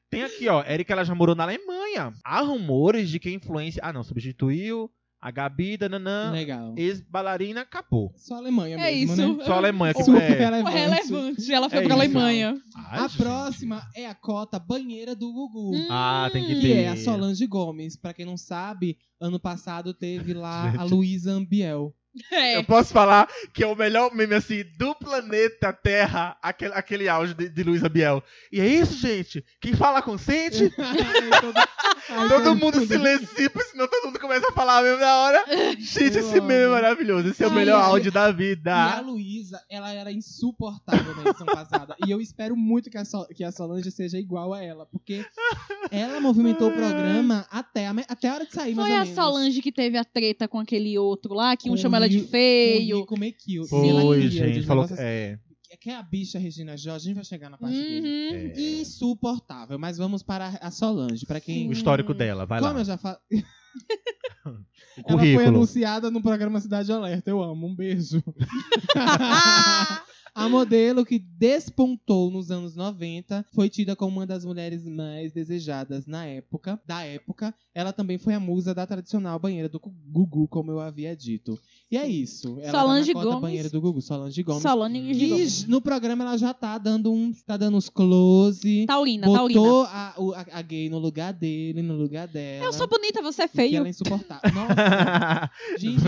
Tem aqui, ó, Erika, ela já morou na Alemanha. Há rumores de que a influência... Ah, não, substituiu a Gabi, dananã, Legal. ex-balarina, acabou. Só a Alemanha É mesmo, isso. né? Só a Alemanha que... Super É... O relevante. relevante. Ela foi É pra isso. Alemanha. Ai, A gente. próxima é a cota banheira do Gugu. Hum. Ah, tem que Que ter. é a Solange Gomes. Pra quem não sabe, ano passado teve lá a Gente. Luísa Ambiel. É. Eu posso falar que é o melhor meme, assim, do planeta Terra, aquele, aquele áudio de, de Luísa Biel. E é isso, gente. Quem fala consente, Ai, todo- ai, todo todo mundo tudo. silencia, porque senão todo mundo começa a falar mesmo na hora. Gente, Eu esse meme é amo. maravilhoso. Esse é o Ai, melhor gente. áudio da E a vida. Luísa, ela era insuportável na edição passada. E eu espero muito que a, Sol- que a Solange seja igual a ela. Porque ela movimentou o programa até a, me- até a hora de sair, mais Foi ou a menos. Solange que teve a treta com aquele outro lá, que um Com chama ela de Ri- feio. Como é que Foi, gente. Falou, é, Que é a bicha Regina Jorge, a gente vai chegar na parte dele. Uhum. é, Insuportável, mas vamos para a Solange. Pra quem. o histórico dela, vai lá. Como eu já falei. O Ela foi currículo. anunciada no programa Cidade Alerta. Eu amo, um beijo. É. Ah, a modelo que despontou nos anos 90 foi tida como uma das mulheres mais desejadas na época. Da época, ela também foi a musa da tradicional banheira do Gugu, como eu havia dito. E é isso. Ela Solange tá na cota Gomes. banheira do Gugu, Solange Gomes. Solange E Gomes. no programa ela já tá dando um, tá dando uns close. Taurina, Taurina. botou a, o- a- a gay no lugar dele, no lugar dela. Eu sou bonita, você é E que feio. ela é insuportável. Nossa, gente,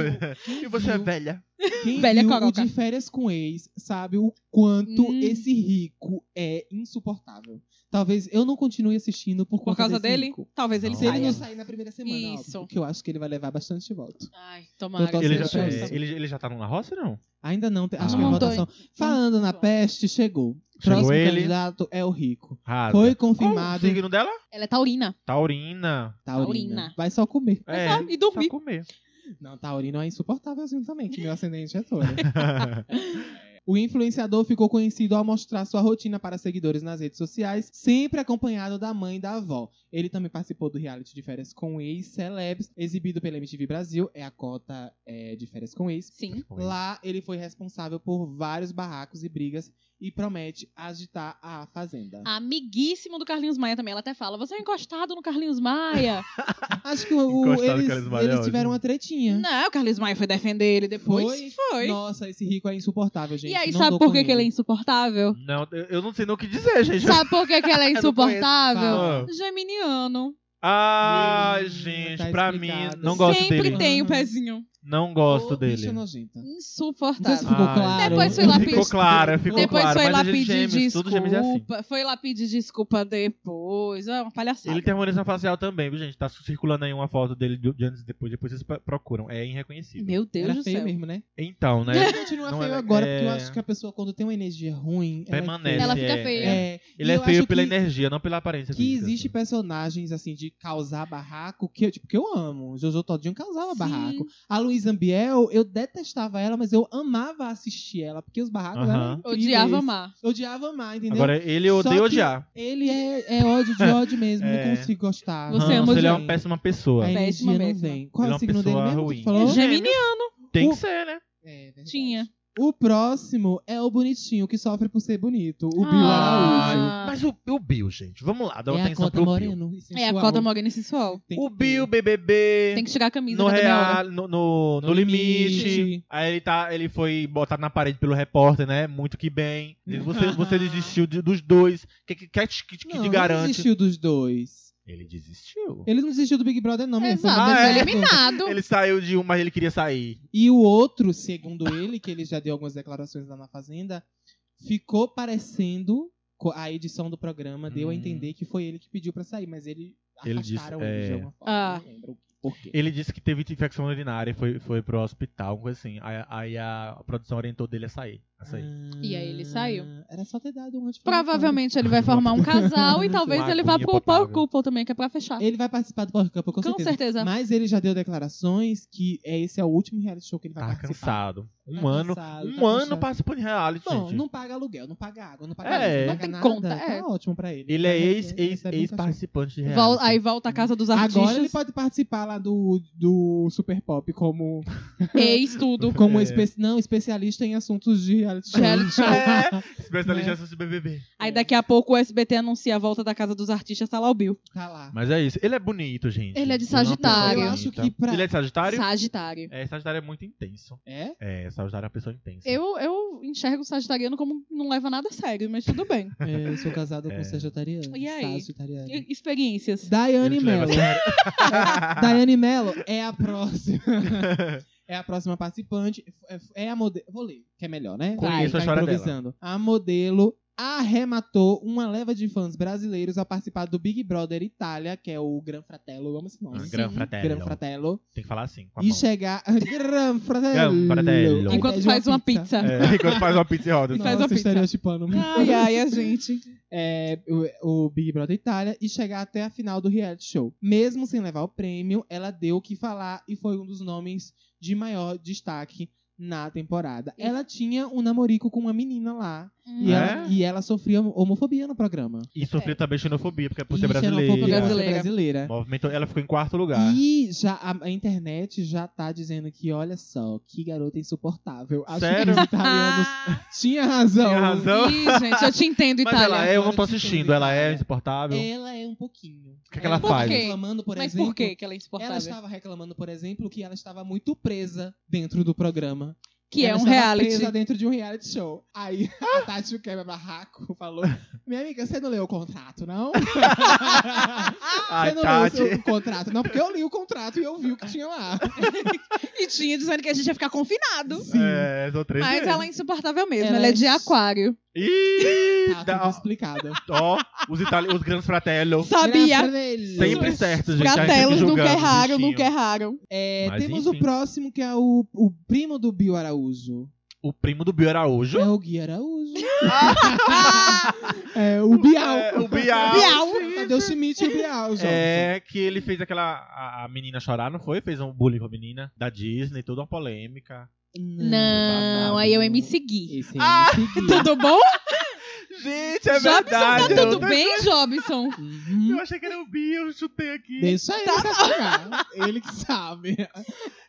e você é velha. quem Velha viu o coroca. de férias com ex sabe o quanto Hum. esse rico é insuportável. Talvez eu não continue assistindo por, Por conta causa desse dele, rico. talvez ele Se ele saia. não sair na primeira semana, Isso. óbvio, que eu acho que ele vai levar bastante voto. Ai, tomara. Eu tô Ele Deus. já, Nossa, é, gente. ele, ele já tava na roça, não? Ainda não, te- acho Ah. que é Não tô- votação. Falando na peste, chegou. Chegou Próximo ele. Ah, candidato é o rico. Arrasa. Foi Qual confirmado. o signo dela? Ela é taurina. Taurina. Taurina. Taurina. Vai só comer. É, Vai lá e dormir. Só comer. Não, Taurino é insuportávelzinho também, que meu ascendente é touro. O influenciador ficou conhecido ao mostrar sua rotina para seguidores nas redes sociais, sempre acompanhado da mãe e da avó. Ele também participou do reality de férias com ex celebs, exibido pela MTV Brasil, é a cota é, de férias com ex. Sim. Lá ele foi responsável por vários barracos e brigas e promete agitar a fazenda. Ah. Amiguíssimo do Carlinhos Maia também. Ela até fala: você é encostado no Carlinhos Maia. Acho que o- o- Encostado eles, que né? eles valem eles hoje. tiveram uma tretinha. não, o Carlinhos Maia foi defender ele depois. Foi? Foi. Nossa, esse rico é insuportável, gente. e aí, Não sabe dou por com que, que ele é ele insuportável? Não, eu- eu não sei nem o que dizer, gente. Sabe por que, que ela é Eu não conheço. insuportável? Ah. Geminiano. Ah, Hum, gente, tá pra explicado. mim, não gosto Sempre dele. tem um Ah. pezinho. Não gosto Ô, dele. bicha nojenta. Não sei se Insuportável. ficou Ai, claro. Depois foi lá Ficou pedir- claro, ficou Depois claro. foi mas lá eles pedir gêmeos, tudo gêmeos é assim. desculpa. Foi lá pedir desculpa depois. É uma palhaçada. Ele tem harmonização facial também, viu, gente? Tá circulando aí uma foto dele de de antes e depois. Depois vocês pa- procuram. É irreconhecível. Meu Deus Era do feio céu. mesmo, né? Então, né? Ele continua Não, feio ela- agora, é- porque eu acho que a pessoa, quando tem uma energia ruim, ela é Permanece. Ela fica é- feia. é. É, Ele e é eu feio acho pela que- energia, não pela aparência. Que física, existe assim. personagens, assim, de causar barraco, que eu, tipo, que eu amo. Jojo Todinho causava Sim. barraco. A Luísa Ambiel, eu detestava ela, mas eu amava assistir ela, porque os barracos Aham. eram incríveis. Odiava amar. Odiava amar, entendeu? Agora, ele eu Só odeio que- odiar. Ele é, é ódio de ódio mesmo, É. não consigo gostar. Você Aham, ama ele é odiar. uma péssima pessoa. A energia Péssima, não péssima. vem. É. Qual Ele é é o uma signo dele pessoa mesmo? que ruim. tu Falou? Gêmeos. Geminiano. Tem O- que ser, né? É, verdade. Tinha. O próximo é o bonitinho que sofre por ser bonito, o Bill Ah. Araújo. Mas o, o Bill, gente, vamos lá, dá uma é a atenção cota pro Bill. moreno. e É a sensual. cota morena e sensual. Tem que O ter. Bill, BBB, Tem que tirar a camisa no, cada meia hora. real, no, no, no né? No limite. Limite. Aí ele, tá, ele foi botado na parede pelo repórter, né? Muito que bem. Ele, Você, você desistiu de- dos dois. Que, que, que, que, que Não, te ele garante? desistiu dos dois. Ele desistiu. Ele não desistiu do Big Brother, não, minha Exato, filha. Ah, ele é? foi eliminado. Ele saiu de um, mas ele queria sair. E o outro, segundo ele, que ele já deu algumas declarações lá na Fazenda, ficou parecendo. co- A edição do programa deu a Hum. entender que foi ele que pediu pra sair, mas ele. Ele afastaram disse, ele de é. alguma forma. Ah. Não lembro por quê. Ele disse que teve infecção urinária e foi, foi pro hospital, uma coisa assim. Aí, aí a produção orientou dele a sair. A sair. E aí ele saiu. Era só ter dado um antibiótico. Provavelmente ele vai formar um casal e talvez Uma ele vá aguinha pro potável. Power Couple também, que é pra fechar. Ele vai participar do Power Couple, com, Com certeza. certeza. Mas ele já deu declarações que é esse é o último reality show que ele vai Tá participar. cansado. Um Tá ano. cansado, um tá ano cansado. participando de reality, Bom, gente. não paga aluguel, não paga água, não paga É. luz, não Não paga tem nada. conta, tá é. ótimo pra ele. Ele é Ele ex, recebe ex, um ex cachê. participante de Vol- reality. aí volta a casa dos artistas. Agora ele pode participar lá do, do Super Pop como, Ex tudo. como É. espe- não, especialista em assuntos de reality show. Reality show. É, especial Né? já fosse BBB. Aí daqui a pouco o SBT anuncia a volta da Casa dos Artistas, tá lá o Bill. Tá lá. Mas é isso. Ele é bonito, gente. Ele é de Ele uma pessoa Sagitário. bonita. Eu acho que pra- Ele é de Sagitário? Sagitário. É, Sagitário é muito intenso. É? É, Sagitário é uma pessoa intensa. Eu, eu enxergo o Sagitariano como não leva nada a sério, mas tudo bem. Eu sou casado com É. um Sagitariano. E aí? Sagitariano. E- Experiências. Daiane Ele te leva a Mello. Daiane Mello é a próxima. É a próxima participante. É- É a modelo. Vou ler, que é melhor, né? Conheço Vai, a história dela. improvisando. A modelo arrematou uma leva de fãs brasileiros a participar do Big Brother Itália, que é o Gran Fratello, eu amo esse nome. Ah, Sim. Gran Gran Fratello. Fratello. Tem que falar assim, com a E mão. chegar. Gran Fratello. Gran Fratello. Aí Enquanto pede faz uma pizza. É, enquanto faz uma pizza e roda. assim. E Nossa, faz uma pizza. estereotipando muito. É. Ai, ai, a gente. é, o, o Big Brother Itália e chegar até a final do reality show. Mesmo sem levar o prêmio, ela deu o que falar e foi um dos nomes de maior destaque na temporada. E- Ela tinha um namorico com uma menina lá e, É? ela, e ela sofria homofobia no programa. E sofreu também xenofobia, porque é por E ser brasileira. xenofobia por ser Brasileira. brasileira. Movimento, ela ficou em quarto lugar. E já a, a internet já tá dizendo que olha só, que garota insuportável. Acho Sério? que os italianos Ah, tinha razão. Tinha razão. Ih, gente, eu te entendo, Mas Itália. ela é, eu não tô agora te assistindo, entendo, ela é Itália. insuportável. Ela é um pouquinho. que que ela Ela faz? tava reclamando, por Mas exemplo, por que que ela é insuportável? Ela estava reclamando, por exemplo, que ela estava muito presa dentro do programa. Que é Ela um estava reality. presa dentro de um reality show. Aí a Tati, o quebra-barraco, falou: Minha amiga, você não leu o contrato, não? Ai, você não Tati. leu o seu- o contrato, não? Porque eu li o contrato e eu vi o que tinha lá. E tinha dizendo que a gente ia ficar confinado. Sim. É, são três. Mas vezes. ela é insuportável mesmo. Ela, Ela é é de aquário. Ih, Tá dá- tudo explicado. ó, os, itali... os grandes fratello. Sabia? Sempre Sempre. certo, gente. a gente fica Fratelos nunca julgando, erraram, bichinho. nunca erraram. Mas É, temos enfim. o próximo, que é o, o primo do Bill Araújo. O primo do Bio Araújo. É o Gui Araújo. Ah, É o Bial. É, o Bial. Bial. Cadê o Schmidt e o Bial, gente? É, que ele fez aquela. A, a menina chorar, não foi? Fez um bullying com a menina da Disney, toda uma polêmica. Hum, Não, é aí eu ia me seguir. Esse aí Ah! me seguiu. Tudo bom? Gente, é Jobson, verdade. tá tudo eu, bem, Jobson? Uhum. eu achei que era o Bio, eu chutei aqui. Deixa ele se afogar. Ele que sabe. Tá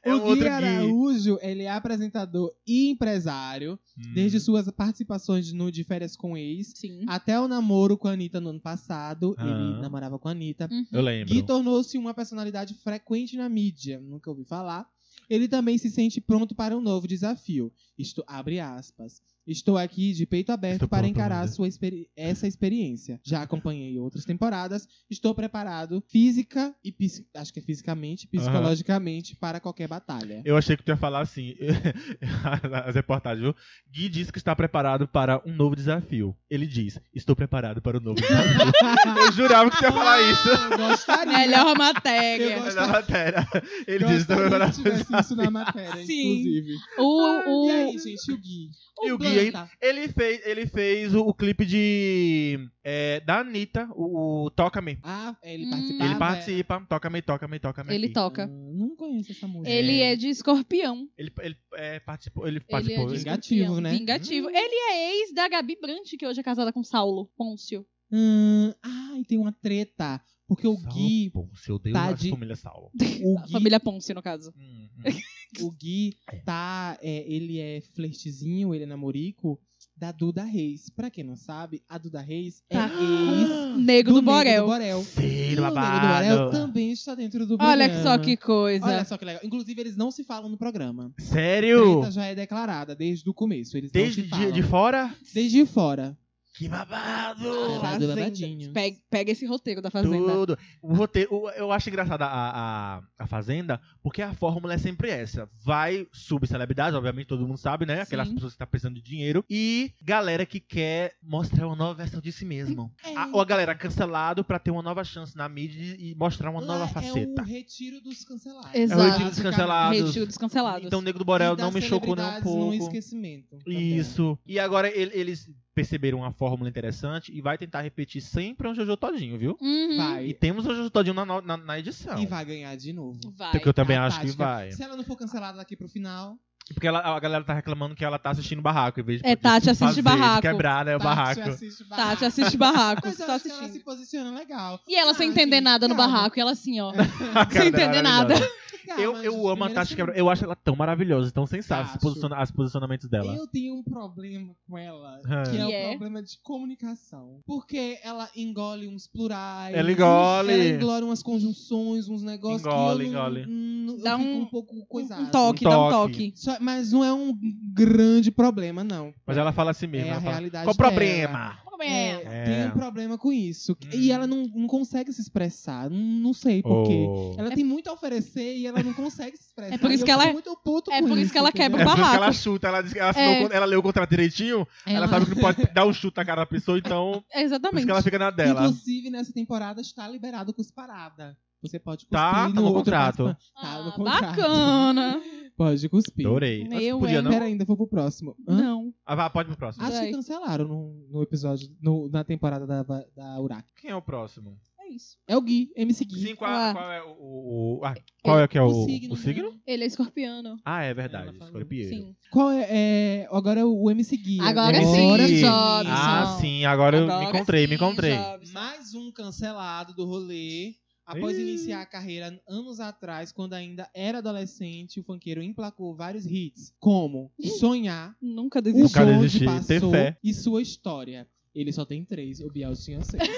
É um o outro Gui Gui. Araújo, ele é apresentador e empresário, Hum. desde suas participações no De Férias com Ex, Sim. até o namoro com a Anitta no ano passado. Ah. Ele namorava com a Anitta. Gui Eu lembro. tornou-se uma personalidade frequente na mídia, nunca ouvi falar. Ele também se sente pronto para um novo desafio. Estou, abre aspas. Estou aqui de peito aberto Estou para pronto, encarar Amanda. sua experi- essa experiência. Já acompanhei outras temporadas. Estou preparado física e psi- acho que é fisicamente, psicologicamente para qualquer batalha. Eu achei que tu ia falar assim, as reportagens, viu? Gui diz que está preparado para um novo desafio. Ele diz, estou preparado para um novo desafio. eu jurava que tu ia falar isso. Ah, Eu Ah, gostaria. Melhor Eu matéria. gosto- Na matéria. Ele né? diz, estou gostaria preparado. que tivesse isso na matéria, Sim. inclusive. O, E o, aí, gente, o Gui? E o Gui, Planta. Ele fez, ele fez o, o clipe de. é, da Anitta, o, o Toca-me. Ah, ele Hum. participava. Ele é? participa, toca-me, toca-me, toca-me. ele aqui. Ah, toca. não conheço essa música. Ele é de escorpião. Ele, ele, é, participou. Ele Ele é participou. Hum. de Ele- Vingativo, escorpião. né? Vingativo. Ele é ex da Gabi Brandt, que hoje é casada com Saulo Pôncio. Hum, ah, e tem uma treta. Porque o Saulo Gui, Pôncio, eu odeio tá a de- família Saulo. o A Gui, família Pôncio, no caso. Hum, hum. o Gui tá. é, ele é flertezinho, ele é namorico da Duda Reis. Pra quem não sabe, a Duda Reis é Tá. ex Ah, Negro do, Nego Borel. do Borel. Sim, E o Nego do Borel também está dentro do programa. Olha que só que coisa. Olha só que legal. Inclusive, eles não se falam no programa. Sério? Treta já é declarada desde o começo. Eles Desde não se de, falam. de fora? Desde fora. Que babado! Babado, babadinho. Pega, pega esse roteiro da Fazenda. Tudo. O roteiro, o- eu acho engraçada a, a, a Fazenda, porque a fórmula é sempre essa. Vai subcelebridade, obviamente todo mundo sabe, né? Aquelas Sim. pessoas que estão precisando de dinheiro. E galera que quer mostrar uma nova versão de si mesmo. Ah, A- ou a galera cancelado pra ter uma nova chance na mídia e mostrar uma Lá nova faceta. um É o retiro dos cancelados. Exato. É o retiro dos cancelados. Retiro dos cancelados. Então o Nego do assim, E Borel das não me chocou nem um celebridades num pouco. esquecimento. tá também. Isso. E agora ele- eles perceberam uma fórmula interessante e vai tentar repetir sempre um Jojo Todinho, viu? Uhum. Vai. E temos o Jojo Todinho na, no- na, na edição. E vai ganhar de novo. Vai. Porque eu também A acho que tática. vai. Se ela não for cancelada daqui pro final, Porque ela- a galera tá reclamando que ela tá assistindo barraco em vez de É, Tati fazer, assiste de barraco. quebrar, né, o Tati barraco. assiste o barraco. Tati assiste Tá, barraco. Mas eu só acho que ela assistindo. se posiciona legal. E ela sem Ah, entender gente, nada no calma. barraco. E ela assim, ó. A cara Sem dela é entender nada. maravilhosa. Calma, Eu, gente, eu amo a É, primeiro Tati segundo. quebrar. Eu acho ela tão maravilhosa, tão sensata, os Acho. posiciona- os posicionamentos dela. Eu tenho um problema com ela, É. que é, Que é? o problema de comunicação. Porque ela engole uns plurais. Ela engole. Ela engole umas conjunções, uns negócios. Engole, que eu não- engole. não- eu Dá fico um- um pouco coisado. Um toque, dá um toque. Só- mas não é um grande problema, não. Mas ela fala assim é mesmo. a ela fala, realidade Qual o dela. problema? É, É. Tem um problema com isso. Hum. E ela não, não consegue se expressar. Não, não sei por quê. Oh. Ela tem muito a oferecer e ela não consegue se expressar. É por E isso eu que ela- fico muito puto é com por isso que ela entendeu? É quebra por isso que ela barraco. chuta, ela, diz que ela, É. assinou- ela leu o contrato direitinho, ela... sabe que não pode dar um chute na cara da pessoa, então É, por isso Exatamente. que ela fica na dela. Inclusive, nessa temporada está liberado cusparada. Você pode cuspir Tá, tá no no outro contrato. participante. Tá Ah, no contrato. bacana. Pode cuspir. Adorei. Acho que Meu, podia, hein? não? Pera ainda, vou pro próximo. Hã? Não. Ah, vá, pode pro próximo. Acho Vai. que cancelaram no, no episódio, no- na temporada da, da Uraki. Quem é o próximo? É isso. É o Gui, MC Gui. Sim, qual, Ah. qual é o. o- o- ah, qual é que é o, o signo? Ele é escorpiano. Ah, é verdade. Ela falou. Escorpião. Sim. Qual é, é- Agora é o MC Gui. Agora né? sim. Agora Sim. sim. Jobs. Ah, sim, agora eu me Agora encontrei, me sim, encontrei. Jobs. Mais um cancelado do rolê. Após Ih. iniciar a carreira anos atrás, quando ainda era adolescente, o funkeiro emplacou vários hits, como Sonhar, Nunca O desisti. Nunca Bonde desisti, ter Passou fé. e Sua História. Ele só tem três, o Biel tinha seis.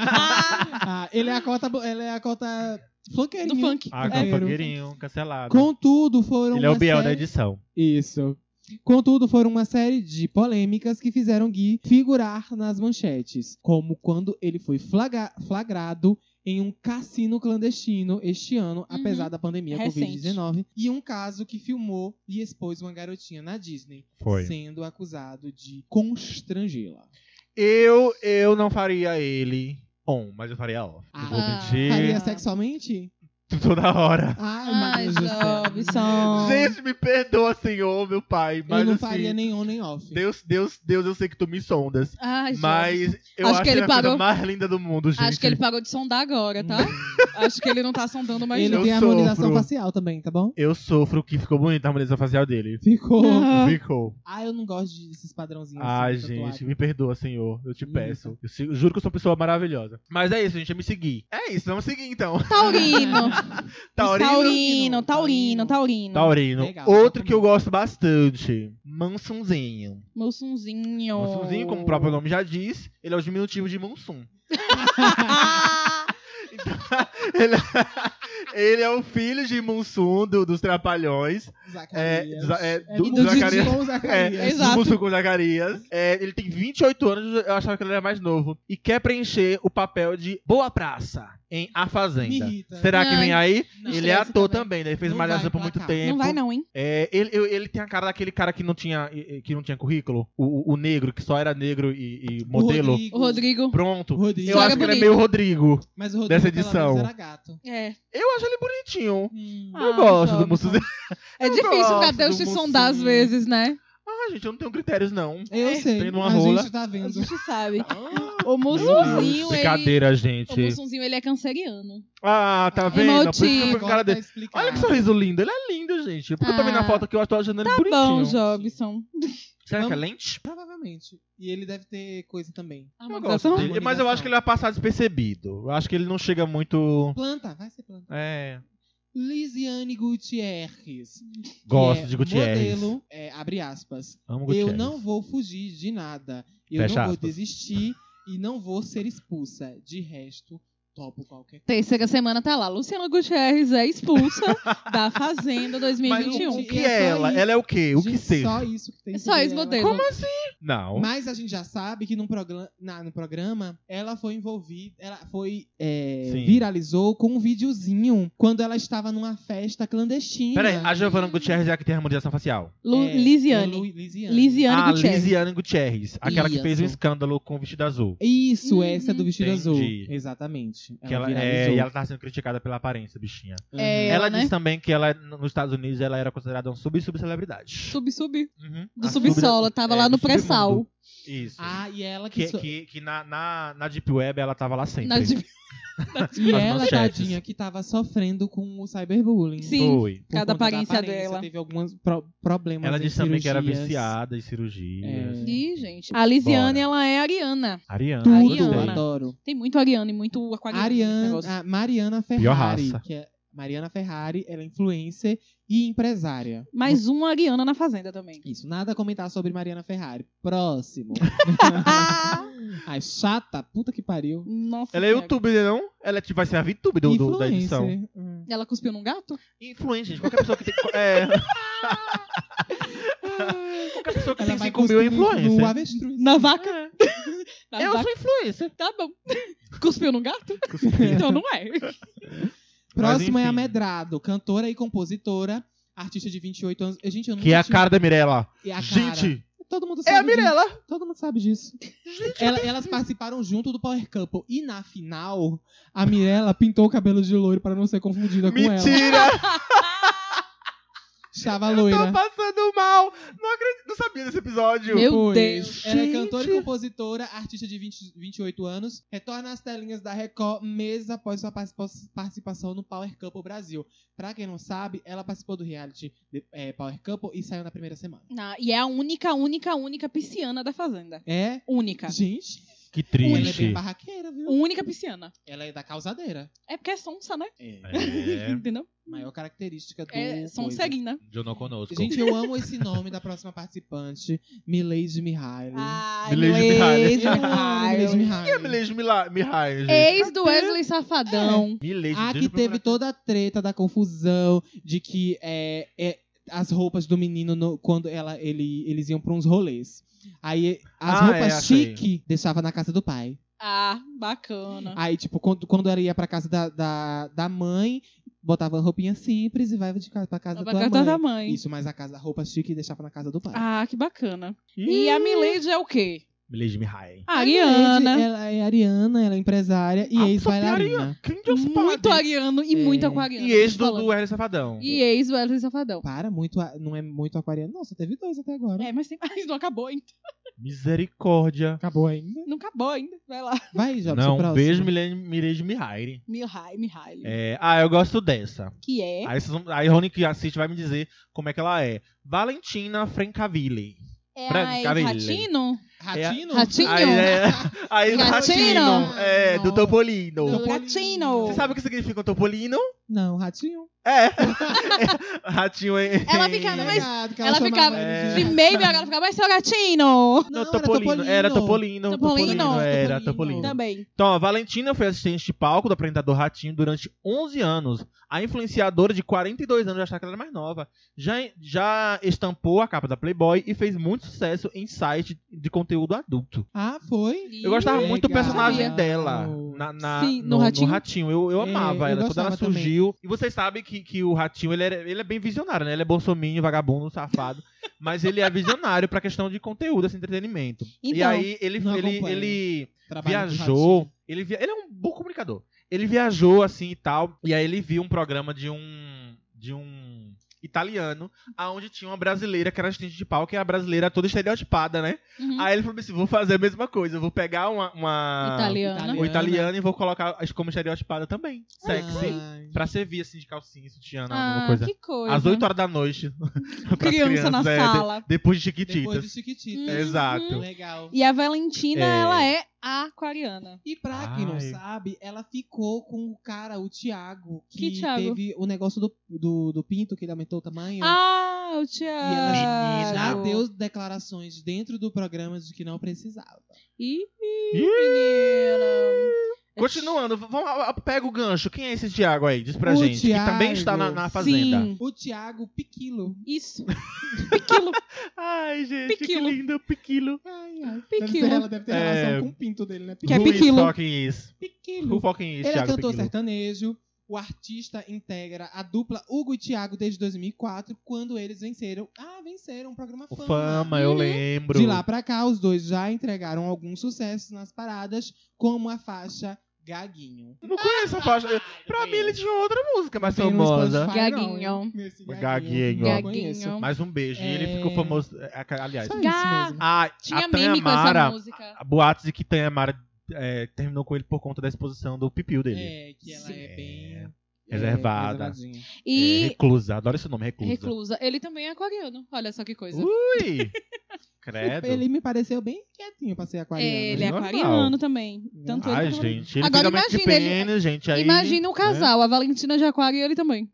Ah, ele é a cota, bo- ele é a cota funkeirinho. Do funk. Ah, É. companheirinho, cancelado. Contudo, foram Ele é o uma Biel da série- edição. Isso. Contudo, foram uma série de polêmicas que fizeram Gui figurar nas manchetes, como quando ele foi flagra- flagrado em um cassino clandestino este ano, apesar da pandemia Uhum. Recente. Covid-19, e um caso que filmou e expôs uma garotinha na Disney, Foi. sendo acusado de constrangê-la. Eu, eu não faria ele on, mas eu faria off. Não vou Ah. mentir Faria sexualmente? toda hora. Ai, Ai, meu Deus do céu. Jobson. Gente, me perdoa, senhor, meu pai. Mas Eu não assim, faria nem on nem off. Deus, Deus, Deus, eu sei que tu me sondas. É. Ai, gente. Mas eu Acho acho, que ele a coisa parou- mais linda do mundo, gente. Acho que ele parou de sondar agora, tá? Acho que ele não tá sondando mais Ele eu não. tem a harmonização sofro. facial também, tá bom? Eu sofro que ficou bonita a harmonização facial dele. Ficou. Ah. Ficou. Ah, eu não gosto desses padrãozinhos. Ai, assim, de tatuagem. gente, me perdoa, senhor. Eu te Hum. peço. Eu sigo- juro que eu sou uma pessoa maravilhosa. Mas é isso, gente. É me seguir. É isso, vamos seguir então. Taurino. Taurino. Taurino, Taurino, Taurino. Taurino. Legal, Outro que legal. eu gosto bastante. Mansunzinho. Monsunzinho. Mansunzinho, como o próprio nome já diz, ele é o diminutivo de Monsun. Ah, Ele, ele é o filho de Monsun do- dos Trapalhões. É, Zacarias. za- é, É do, do do Didi Zacarias. com o Zacarias. É, Exato. do Mussum com Zacarias. É, ele tem 28 anos, eu achava que ele era mais novo. E quer preencher o papel de Boa Praça em A Me Fazenda. irrita. Será que Não, vem aí? Não. ele é Esquece ator também. também, né? Ele fez Não malhação vai por muito emplacar. tempo. Não vai não, hein? É, ele, eu- ele tem a cara daquele cara que não tinha, eh, eh, que não tinha currículo. O, o- o negro, que só era negro e, e O modelo. O Rodrigo. Pronto. Rodrigo. Eu Só acho era que ele é bonito. meio Rodrigo. Mas o Rodrigo dessa pelo edição. menos era gato. É. Eu acho ele bonitinho. Hum. Ah, eu gosto Jobson. do Mussuzinho. É Eu difícil pra gosto Deus do te sondar às Monsunzinho. vezes, né? Ah, gente, eu não tenho critérios, não. É Eu sei. Tendo uma a rola. gente tá A vendo. gente sabe. Ah, O meu Deus, Mussunzinho, ele... Brincadeira, O gente. Mussunzinho, ele um é canceriano. Ah, É tá vendo? Por isso que eu fico com a cara Agora dele. tá explicado. Olha que sorriso lindo. Ele é lindo, gente. Porque eu tô vendo Ah, a foto que eu tô achando ele Bom, bonitinho. Jobson. Será que é Vamos- lente? Provavelmente. E ele deve ter coisa também. Eu Harmonização? gosto dele, mas eu acho que ele vai passar despercebido. Eu acho que ele não chega muito. Planta, vai ser planta. É. Lisiane Gutierrez. que Gosto é de Gutierrez. Modelo, é, abre aspas. Amo Eu Gutierrez. não vou fugir de nada. Eu Fecha não vou aspas. desistir e não vou ser expulsa. De resto, topo qualquer coisa. Terceira semana tá lá. Luciana Gutierrez é expulsa da Fazenda Mas o- 2021. o que É só é ela? isso. Ela é o quê? O que Gente, seja? Só isso que tem. É só sobre esse ela. modelo. Como assim? Não. Mas a gente já sabe que num programa, na- no programa ela foi envolvida, ela foi é, Sim. viralizou com um videozinho quando ela estava numa festa clandestina. Peraí, a Giovanna Gutierrez é a que tem harmonização facial. Lu- É, Lu- Lisiane. Lisiane. Lisiane a Gutierrez. Lisiane Gutierrez. Aquela que fez um Isso. escândalo com o vestido azul. Isso, Uhum. essa do vestido Entendi. azul. Exatamente. Ela, Que ela, é, viralizou. e ela tá sendo criticada pela aparência, bichinha. Uhum. É, Ela, Ela, né? disse também que ela, nos Estados Unidos ela era considerada uma sub-subcelebridade. Sub, sub. Uhum. Do A subsolo. sub- Tava é, lá do no pré-sal. submundo. Isso. Ah, e ela que, que so- que, que na, na, na Deep Web ela tava lá sempre. Na div- E As ela, manchetes. tadinha, que tava sofrendo com o cyberbullying. Sim. Foi. Por cada conta da aparência dela. Teve alguns pro problemas Ela em disse também que era cirurgias. viciada em cirurgias. É. Ih, gente. A Lisiane, Bora. ela é ariana. Ariana. Tudo, gostei. eu Ariana. adoro. Tem muito ariana e muito aquariano. nesse Ariana, negócio. a Mariana Pior Ferrari. raça. Que é Mariana Ferrari, ela é influencer e empresária. Mais uma Ariana na Fazenda também. Isso, nada a comentar sobre Mariana Ferrari. Próximo. Ai, chata, puta que pariu. Ah, Nossa. Ela é que água. youtuber, né, não? Ela é tipo, vai ser a VTube do, do- da edição. Influencer. Hum. Ela cuspiu num gato? Influencer, gente. Qualquer pessoa que tem. É, qualquer pessoa que Ela tem vai 5 mil cuspir é no- influencer. No avestruz. Na vaca? É. Na Eu vaca. sou influencer. Tá bom. Cuspiu num gato? então não é. Próximo é a enfim. Medrado, cantora e compositora, artista de 28 anos. Gente, eu nunca Que é a tinha- cara da Mirella. É a cara. Gente, Todo mundo é sabe a Mirella. disso. Todo mundo sabe disso. Ela- elas participaram junto do Power Couple. E na final, a Mirella pintou o cabelo de loiro pra não ser confundida com ela. Mentira! Estava Tô loira. passando mal! Não acredito, não sabia desse episódio. Meu Pois, Deus. Ela é Gente. cantora e compositora, artista de 20, 28 anos, retorna às telinhas da Record meses após sua participa- participação no Power Couple Brasil. Pra quem não sabe, ela participou do reality eh, Power Couple e saiu na primeira semana. Ah, e é a única, única, única pisciana da Fazenda. É? Única. Gente, Que ela é bem triste. barraqueira, viu? Única pisciana. Ela é da causadeira. É porque é sonsa, né? É. É, Entendeu? Maior característica do. É coisa. sonseguina. Jonou conosco. Gente, eu amo esse nome da próxima participante, Milady Mihaly. Ah, Milady Milady eu amo Milady Milady. Quem é Mihaly. Milady Mila- Mihai, gente? Ex do Wesley Safadão. Milady, A deixa que eu procurar teve aqui. toda a treta da confusão de que é, é, as roupas do menino no- quando ela, ele, eles iam pra uns rolês. Aí as Ah, roupas é, achei. chique deixava na casa do pai. Ah, bacana. Aí, tipo, quando, quando ela ia pra casa da, da, da mãe, botava roupinha simples e vai de casa pra casa Tá da pra tua carta mãe. da mãe. Isso, mas a casa, a roupa chique deixava na casa do pai. Ah, que bacana. E a Milady é o quê? Milady Mihai. A Ariana. Milady, é, Ela é ariana, ela é empresária e Ah, ex-bailarina. Ariana. Quem Deus Muito sabe? ariano e É. muito aquariano. E ex tô do, falando. do Wesley Safadão. E ex do Wesley Safadão. Para, muito, a- não é muito aquariano. Não, só teve dois até agora. É, mas tem mais, não acabou ainda. Misericórdia. Acabou ainda. Não acabou ainda. Vai lá. Vai, Jobs, Não, o próximo. beijo Milady- Milady Mihai. Mihai, Mihai. É, ah, eu gosto dessa. Que é. Aí, vocês vão- aí Rony que assiste vai me dizer como é que ela é. Valentina Francaville. É Branca, a cabelo. ex-Ratino? Ratino? Ratino? Aí é. Aí Latino. Latino. É, do Não. Topolino. Do- Ratino. Você sabe o que significa o Topolino? Não, Ratinho. É. Ratinho é- em. Ela fica- Mas Obrigado, é que ela chamava ficava- ele É. de- De meio agora ficava, mas seu Ratino. Não, Não, Topolino. Era Topolino. Topolino. Era Topolino. Topolino. Também. Então, a Valentina foi assistente de palco do apresentador Ratinho durante 11 anos. A influenciadora de 42 anos, já achava que ela era mais nova, já, já estampou a capa da Playboy e fez muito sucesso em site de conteúdo adulto. Ah, foi? Eu gostava Legal. muito do personagem Sabia. dela. Na, na- Sim, no no, no Ratinho? Ratinho. Eu, eu É, eu amava ela quando gostava ela surgiu. E vocês sabem que, que o Ratinho ele, era- ele é bem visionário, né? Ele é bolsominho, vagabundo, safado. mas ele é visionário pra questão de conteúdo, esse entretenimento. e Então, aí ele, não ele, acompanho. ele Trabalho de viajou. Ratinho. Ele, via, ele é um bom comunicador. Ele viajou assim e tal. E aí ele viu um programa de um. de um italiano, aonde tinha uma brasileira que era assistente de palco, que era brasileira toda estereotipada, né? uhum. Aí ele falou assim: vou fazer a mesma coisa, eu vou pegar uma. uma italiana. Italiana. O italiano e vou colocar as- como estereotipada também. Sexy. Ai. Pra servir assim de calcinha, sutiã, alguma Ah, coisa. que coisa. Às 8 horas da noite. pras Criança na crianças, é, de- sala. Depois de Chiquititas. Depois de Chiquititas. Hum. Exato. Legal. E a Valentina, É. ela é a aquariana. E pra quem não Ai. sabe, ela ficou com o cara, o Thiago, que, Que Thiago? teve o negócio do, do, do pinto, que ele aumentou o tamanho. Ah, o Thiago. E ela já Thiago. deu declarações dentro do programa de que não precisava. Ih, Ih. menina. Continuando, v- vamos, a- a- pega o gancho. Quem é esse Thiago aí? Diz pra O gente. Thiago. Que também está na, na fazenda. Sim, O Thiago Piquilo. isso. Piquilo. Ai, gente, Piquilo. que lindo, piquilo. Ai, ai. Piquilo. Deve ser, ela deve ter relação É. com o pinto dele, né? Que é Who is piquilo. fucking is? Who Piquilo. fucking is, Ele é Thiago cantor Piquilo? sertanejo. O artista integra a dupla Hugo e Thiago desde 2004, quando eles venceram. Ah, venceram o programa O Fama. Fama, eu Uhum. lembro. De lá pra cá, os dois já entregaram alguns sucessos nas paradas, como a faixa Gaguinho. Não conheço a faixa. Pra mim, ele tinha outra música mais Ah, é Tem no famosa. Spotify, não, Gaguinho. hein? Esse Gaguinho. não conheço. Gaguinho. Mais um beijo. E ele É. ficou famoso. é, a- Aliás, Só isso Ga- mesmo. a, Tinha a meme Tanha com essa Mara. música. a- Boatos de que Tanha Mara é, terminou com ele por conta da exposição do pipiu dele. É, que ela Sim. é bem. Reservada. É, reservadinha. É, E reclusa. Adoro esse nome, reclusa. reclusa. Ele também é aquariano. Olha só que coisa. Ui! Credo. Ele me pareceu bem quietinho pra ser aquariano. né? Ele é Normal. aquariano também. Tanto ele Ai, quanto- gente, ele Agora fica mais de imagina, ele- pênis, gente. Aí, Imagina o né? casal, a Valentina de Aquário e ele também.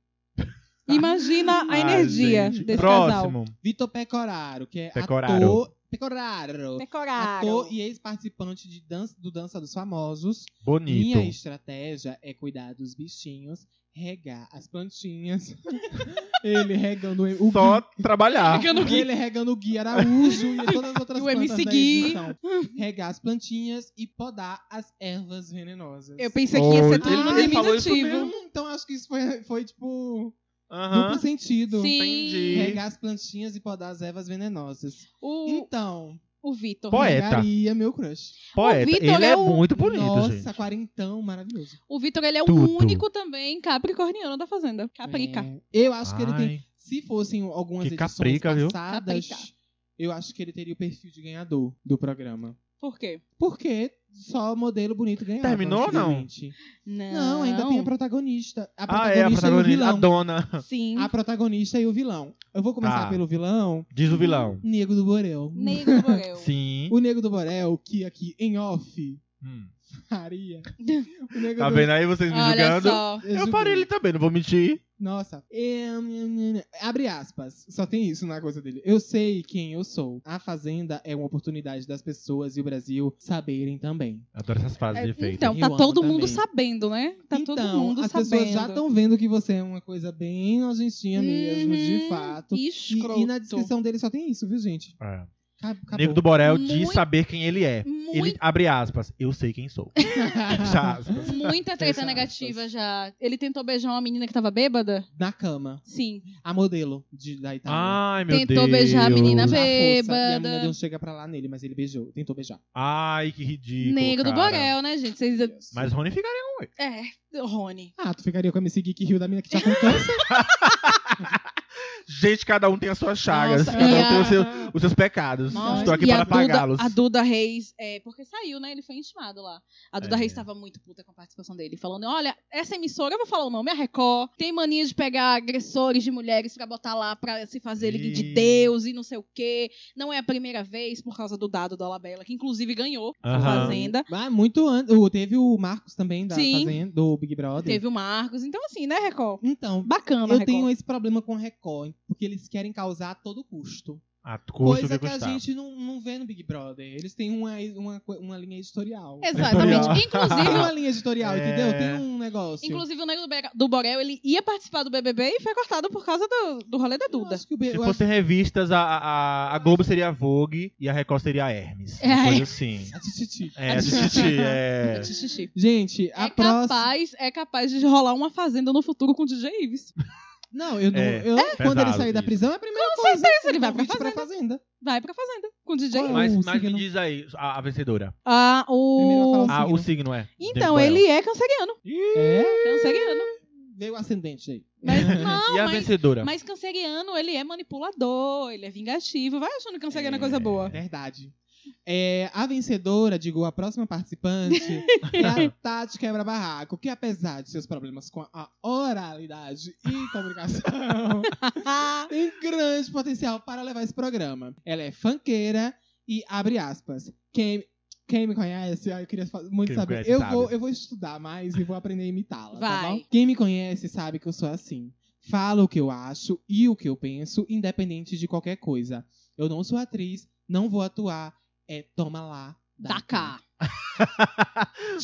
Imagina a Ai, energia gente. desse casal. Próximo. Vitor Pecoraro, que é Pecoraro. ator... Pecoraro. Decoraram. Ator e ex-participante de dança, do Dança dos Famosos. Bonito. Minha estratégia é cuidar dos bichinhos, regar as plantinhas. ele regando o Só trabalhar. Ficando E gay. ele regando o Gui Araújo e todas as outras E o plantas MC da Gui. edição. Regar as plantinhas e podar as ervas venenosas. Eu pensei que ia ser Ele- tudo ele falou isso definitivo. Hum, Então acho que isso foi, foi tipo, Uhum. Aham. duplo sentido. Entendi. Regar as plantinhas e podar as ervas venenosas. O, Então, o Vitor. Pode. Poeta. regaria meu crush. Poeta. Vitor ele é é o- muito bonito, Nossa, gente. quarentão, maravilhoso. O Vitor, ele é Tudo. o único também capricorniano da Fazenda. Caprica. É, eu acho que ele tem Ai, Se fossem algumas Que edições caprica, viu? passadas, Caprica. eu acho que ele teria o perfil de ganhador do programa. Por quê? Porque só modelo bonito ganhava. Terminou ou não? antigamente. Não, ainda tem a protagonista. A Ah, é, protagonista e o a protagonista. A vilão. dona. Sim. A protagonista e o vilão. Eu vou começar Tá. pelo vilão, Diz Hum. o vilão. Nego do Borel. Nego Borel. Sim. Uhum. O Nego do Borel, que aqui em off Hum. faria. O Nego Tá do- vendo aí vocês me Olha julgando? só. Eu julguei. parei ele também, não vou mentir. Nossa. É, é, é, é. Abre aspas. Só tem isso na coisa dele. Eu sei quem eu sou. A Fazenda é uma oportunidade das pessoas e o Brasil saberem também. Adoro essas frases tipo de É, efeito. Então, Eu tá amo todo mundo também. sabendo, né? Tá então, todo mundo as sabendo. pessoas já estão vendo que você é uma coisa bem nojentinha mesmo, de Uhum, fato. E, Escroto. e na descrição dele só tem isso, viu, gente? É. Ca- Acabou. Nego do Borel de então, Muito- saber quem ele é. Muito Ah. Tá Ele abre aspas. Eu sei quem sou. Fecha aspas. Muita treta aspas. negativa já. Ele tentou beijar uma menina que tava bêbada? Na cama. Sim. A modelo de, da Itália. Ai, meu Tentou Deus. beijar a menina Na força, E a bêbada. menina deu um chega pra lá nele, mas ele beijou. Tentou beijar. Ai, que ridículo. Negro do cara. Borel, né, gente? Vocês... Mas Rony ficaria. É, Rony. Ah, tu ficaria com a MC Geek Rio da mina que tá com câncer? Gente, cada um tem as suas chagas. Nossa, cada e um a- tem os seus, os seus pecados. Nossa, Estou aqui e para a Duda, pagá-los. a Duda Reis, é, porque saiu, né? Ele foi intimado lá. A Duda É. Reis estava muito puta com a participação dele, falando: olha, essa emissora, eu vou falar o nome, a Record, tem mania de pegar agressores de mulheres pra botar lá pra se fazer ele de Ih. Deus e não sei o quê. Não é a primeira vez por causa do dado da Alabella, que inclusive ganhou a Aham. Fazenda. Ah, muito antes. O- Teve o Marcos também, da Sim. Fazenda, do Big Brother. Teve o Marcos. Então, assim, né, Record? Então, Bacana, eu Record. tenho esse problema com Record, porque eles querem causar a todo custo. A custo Coisa que que a custar. gente não, não vê no Big Brother. Eles têm uma, uma, co- uma linha editorial. Exatamente. Tem Inclusive, uma linha editorial, É. entendeu? Tem um negócio. inclusive, o Negro do Be- do Borel, ele ia participar do BBB e foi cortado por causa do, do rolê da Eu Duda. acho que o Be- Se eu fossem revistas, a, a, a Globo seria a Vogue e a Record seria a Hermes. Uma É. coisa assim. acho- Tititi. É, assistir, é. Xixi. Gente, a é próxima. capaz, é capaz de rolar uma fazenda no futuro com o DJ Ives. Não, eu não. É. eu- quando ele Pesado sair da isso. prisão, é a primeira Com coisa. certeza, ele um vai pra convite pra fazenda. Vai pra fazenda com o DJ Qual é Ives. Mas, o mas me signo? diz aí, a, a vencedora. Ah, Primeiro eu o... falo- Ah, signo. o signo é. Então, Dentro ele é canceriano. dela. É? Canceriano. Veio o ascendente aí. Mas, não, E a mas, vencedora? mas canceriano, ele é manipulador, ele é vingativo. Vai achando que canceriano é, coisa boa. Verdade. É, a vencedora, digo, a próxima participante é a Tati Quebra Barraco, que apesar de seus problemas com a oralidade e comunicação, tem um grande potencial para levar esse programa. Ela é funkeira e abre aspas. Quem, quem me conhece, ah, eu queria fa- muito Quem me saber. conhece eu, sabe. Vou, eu vou estudar mais e vou aprender a imitá-la, tá Vai. bom? Quem me conhece sabe que eu sou assim. Falo o que eu acho e o que eu penso, independente de qualquer coisa. Eu não sou atriz, não vou atuar. É toma lá. da Tá cá.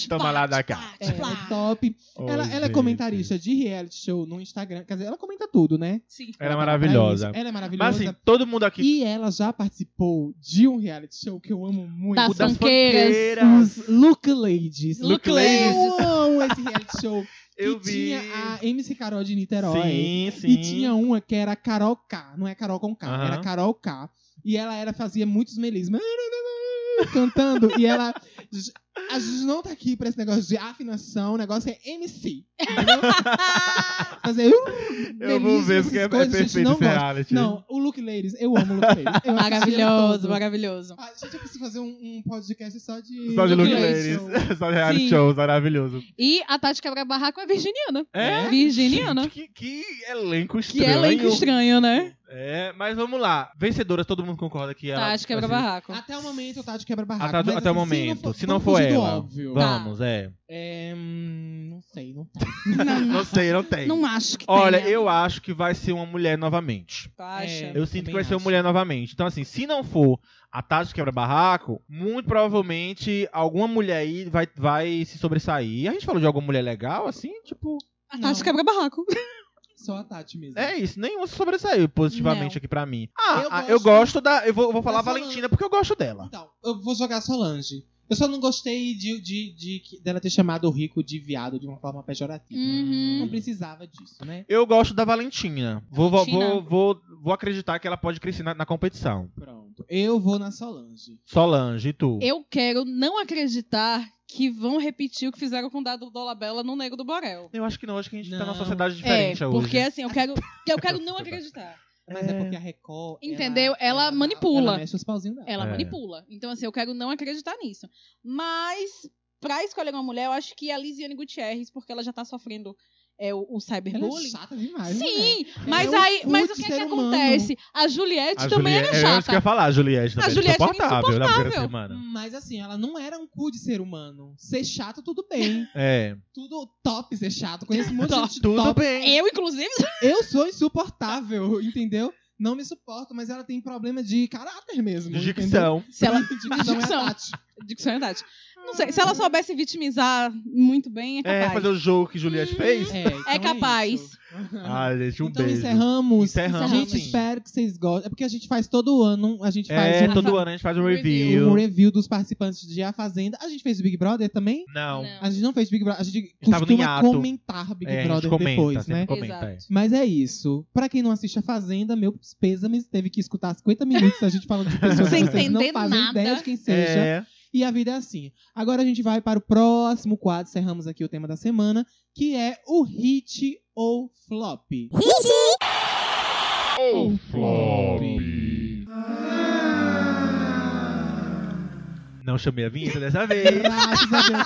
Toma lá, dá cá. Tchá, É, tchá, tchá. é top. Oi, ela, ela é gente. comentarista de reality show no Instagram. Quer dizer, ela comenta tudo, né? Sim. Ela é trabalha pra maravilhosa. isso. Ela é Mas maravilhosa. assim, todo mundo aqui. E ela já participou de um reality show que eu amo muito. Das o das fanqueiras. fanqueiras. Os Look Ladies. Look Eu amo esse reality show. Eu que vi. tinha a MC Carol de Niterói. Sim, sim. E tinha uma que era Carol K. Não é Carol com K, Aham. era Carol K. E ela era, fazia muitos melismas. Cantando. e ela A gente não tá aqui pra esse negócio de afinação, o negócio é MC. Fazer. uh, Eu vou melismo, ver essas porque é, é coisas, a gente perfeito não esse gosta. reality. Não, o Luke Ladies, eu amo o Luke Ladies. Eu assisti ele Maravilhoso, todo. maravilhoso. Ah, gente, eu preciso fazer um, um podcast só de. Só de Luke Luke Ladies. Ladies. Só de reality Sim. shows, maravilhoso. E a Tati Quebra-Barraco é virginiana. É? Virginiana. Que, que elenco Que estranho. elenco estranho, né? É, mas vamos lá. Vencedoras, todo mundo concorda Tá, que ela... Tati é vai ser- Quebra-Barraco. Até o momento, tá de quebra-barraco. Até- mas, até o assim, momento, se não vamos for fugir do ela. óbvio. Vamos, é. É, hum, não sei, não tá. Não sei, não tem. Não acho que Olha, tenha. eu acho que vai ser uma mulher novamente. Tu acha? né? É. Eu sinto que também vai ser uma acho. mulher novamente. Então, assim, se não for a Tati Quebra-Barraco, muito provavelmente alguma mulher aí vai, vai se sobressair. A gente falou de alguma mulher legal, assim, tipo. A Não. Tati Quebra-Barraco. Só a Tati mesmo. É isso, nenhuma se sobressaiu positivamente aqui pra mim. Ah, Eu ah, gosto- eu gosto da. Eu vou, vou falar Mas Valentina porque eu gosto dela. Então, eu vou jogar Solange. Eu só não gostei de, de, de, que- dela ter chamado o Rico de viado de uma forma pejorativa. Uhum. Não precisava disso, né? Eu gosto da Valentina. Vou, vou, Valentina. vou, vou, vou acreditar que ela pode crescer na, na competição. Pronto. Eu vou na Solange. Solange, e tu? Eu quero não acreditar que vão repetir o que fizeram com o Dado Dolabella no Nego do Borel. Eu acho que não, acho que a gente tá Não. numa sociedade É, diferente hoje. porque assim, eu quero, eu quero não acreditar. Mas é, porque a Record. Entendeu? Ela manipula. Ela mexe os pauzinhos dela. Ela É. manipula. Então, assim, eu quero não acreditar nisso. Mas, pra escolher uma mulher, eu acho que é a Lisiane Gutierrez, porque ela já tá sofrendo é, o, o Ela é cyberbullying. chata demais. mulher. Sim, mas É um aí, mas cu o que, de é que ser humano. acontece? A Juliette A também Juliette, era Eu acho que chata. ia falar, a Juliette também. é A Juliette era insuportável na primeira insuportável. semana. Mas assim, ela não era um cu de ser humano. Ser chato, tudo bem. É. Tudo top ser chato. Conheço um monte de Top. gente Tudo top. bem. Eu, inclusive, Eu sou insuportável, entendeu? Não me suporto, mas ela tem problema de caráter mesmo. De É, entendeu? dicção. se ela. Dicção é Dicção. a Tati. Digo é verdade. Não sei, se ela soubesse vitimizar muito bem, é É, capaz. fazer o jogo que Juliette fez. É, então É capaz. isso. Ah, gente, um então beijo. encerramos. Encerramos, Gente, sim. espero que vocês gostem. É porque a gente faz todo ano, a gente faz É, um, todo ano a gente faz um um review. review dos participantes de A Fazenda. A gente fez o Big Brother também? Não. A gente não fez Big Brother, a gente Estava no costuma hiato. comentar Big É, a gente Brother comenta, depois, sempre né? comenta. é. Exato. Mas é isso. Pra quem não assiste a Fazenda, meus pêsames teve que escutar 50 minutos a gente falando de pessoas Sem que vocês não entender fazem nada. ideia de quem seja. É, E a vida é assim. Agora a gente vai para o próximo quadro, encerramos aqui o tema da semana, que é o hit ou flop. É um não chamei a vinheta dessa vez. Graças a Deus.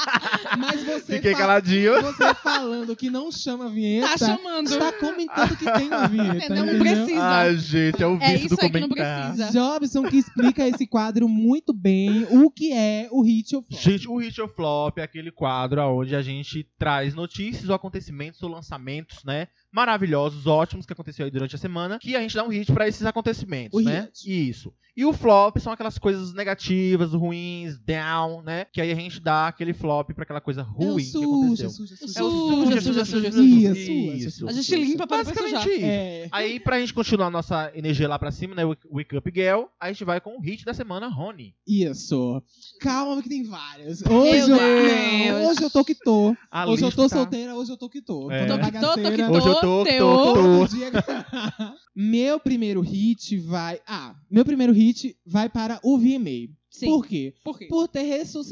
Mas você, Fiquei fa- caladinho. você falando que não chama a vinheta, Tá chamando. está comentando que tem uma vinheta. É, não entendeu? precisa. Ai, gente, é o É vício do isso aí que não comentar. precisa. Jobson que explica esse quadro muito bem, o que é o hit ou flop. Gente, o Hit ou Flop é aquele quadro onde a gente traz notícias ou acontecimentos ou lançamentos, né? Maravilhosos, ótimos que aconteceu aí durante a semana, que a gente dá um hit pra esses acontecimentos, O né? hit. Isso. E o flop são aquelas coisas negativas, ruins, down, né? Que aí a gente dá aquele flop pra aquela coisa É o ruim que suja, aconteceu. suja, suja, É o Suja, suja, suja, suja, suja. suja, Isso. A gente suja. limpa para depois sujar. Basicamente isso. É. Aí, pra gente continuar nossa energia lá pra cima, né? Wake- Wake Up Girl, a gente vai com o hit da semana, Rony. Isso. Calma que tem várias. Hoje eu, Deus. não, hoje eu tô que tô. A hoje eu tô lista- solteira, hoje eu tô que tô. É. Tô Tô que tô, tô que bagaceira. Hoje eu tô, Teu. tô, tô. Todo dia- meu primeiro hit vai. Ah, meu primeiro hit vai para o VMA. Sim. Por quê? Por quê? Por ter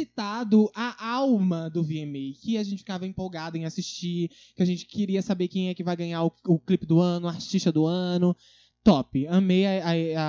ressuscitado a alma do VMA, que a gente ficava empolgado em assistir, que a gente queria saber quem é que vai ganhar o, o clipe do ano, o artista do ano. Top. Amei a, a,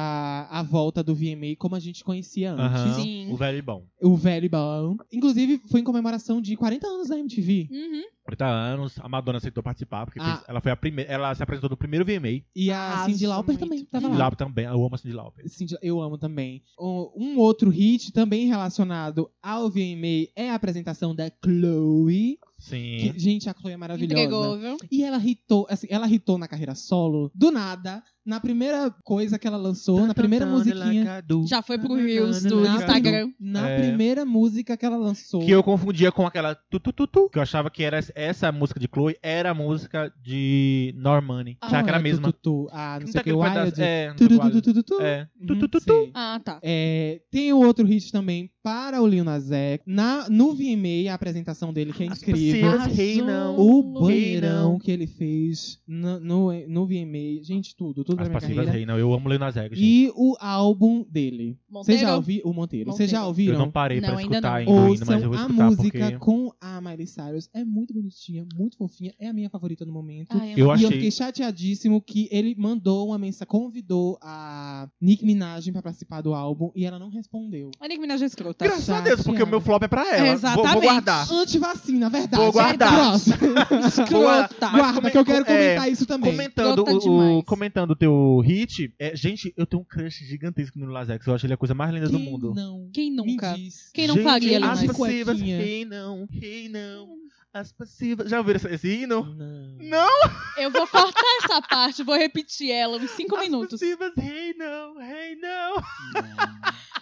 a- a volta do VMA como a gente conhecia antes. Aham, Sim. O velho e bom. O velho e bom. Inclusive, foi em comemoração de 40 anos da MTV. Uhum. 40 anos, a Madonna aceitou participar, porque Ah. fez- ela foi a primeira. Ela se apresentou no primeiro VMA. E a Arrasou Cindy Lauper muito. também tava Cindy lá. Lauper também, eu amo a Cindy Lauper. Cindy- eu amo também. O- Um outro hit também relacionado ao VMA é a apresentação da Chloe. Sim. Que, gente, a Chloe é maravilhosa. Entregou, viu? E ela hitou, assim, ela hitou na carreira solo, do nada, na primeira coisa que ela lançou, na primeira musiquinha. Já foi pro Reels do Na- Instagram. Na É. primeira música que ela lançou. Que eu confundia com aquela tu, tu, tu, tu, que eu achava que era essa música de Chloe era a música de Normani. Ah, Achava que era a é, tu, mesma. tu, tu, ah, não sei Não tá o que, aquele Wild. pedaço- É, não Tu, sei tu, o tu, Wild. tu, tu, tu. É. Tu, Uhum, tu, tu, sei. tu. Ah, tá. É, tem um outro hit também para o Lil Nas X. Na, no VMA, a apresentação dele que é incrível. parceiras reinam. O Reinam. banheirão que ele fez no, no, no VMA. Gente, tudo, tudo pra As minha passivas carreira. reinam. Eu amo Leonard Zegers. gente. E o álbum dele. Vocês já Monteiro. ouviram? O Monteiro. Monteiro. Vocês já Eu ouviram? não parei Não, pra ainda escutar não. ainda, ainda, mas eu Ouçam vou a escutar música porque com a Miley Cyrus. É muito bonitinha, muito fofinha. É a minha favorita no momento. Ai, Eu amo. E eu achei. fiquei chateadíssimo que ele mandou uma mensagem, convidou a Nick Minaj pra participar do álbum e ela não respondeu. A Nick Minaj é escrota. Graças a Deus, porque o meu flop é pra ela. Vou- É, Vou, exatamente. guardar. Antivacina, verdade. Vou guardar. Próximo. Vou guardar. Escrota. Mas Guarda, come- que eu quero com- é, comentar isso também. Comentando Escrota o, o, demais. comentando o teu hit, é, gente, eu tenho um crush gigantesco no Lazex. Eu acho ele a coisa mais linda do Quem mundo. Não. Quem nunca? Me diz. Quem não é gente, faria ele As mais? passivas Cuequinha. reinam, reinam. As passivas. Já ouviram esse, esse hino? Não. Não! Eu vou cortar essa parte, vou repetir ela uns cinco as minutos. passivas reinam, reinam.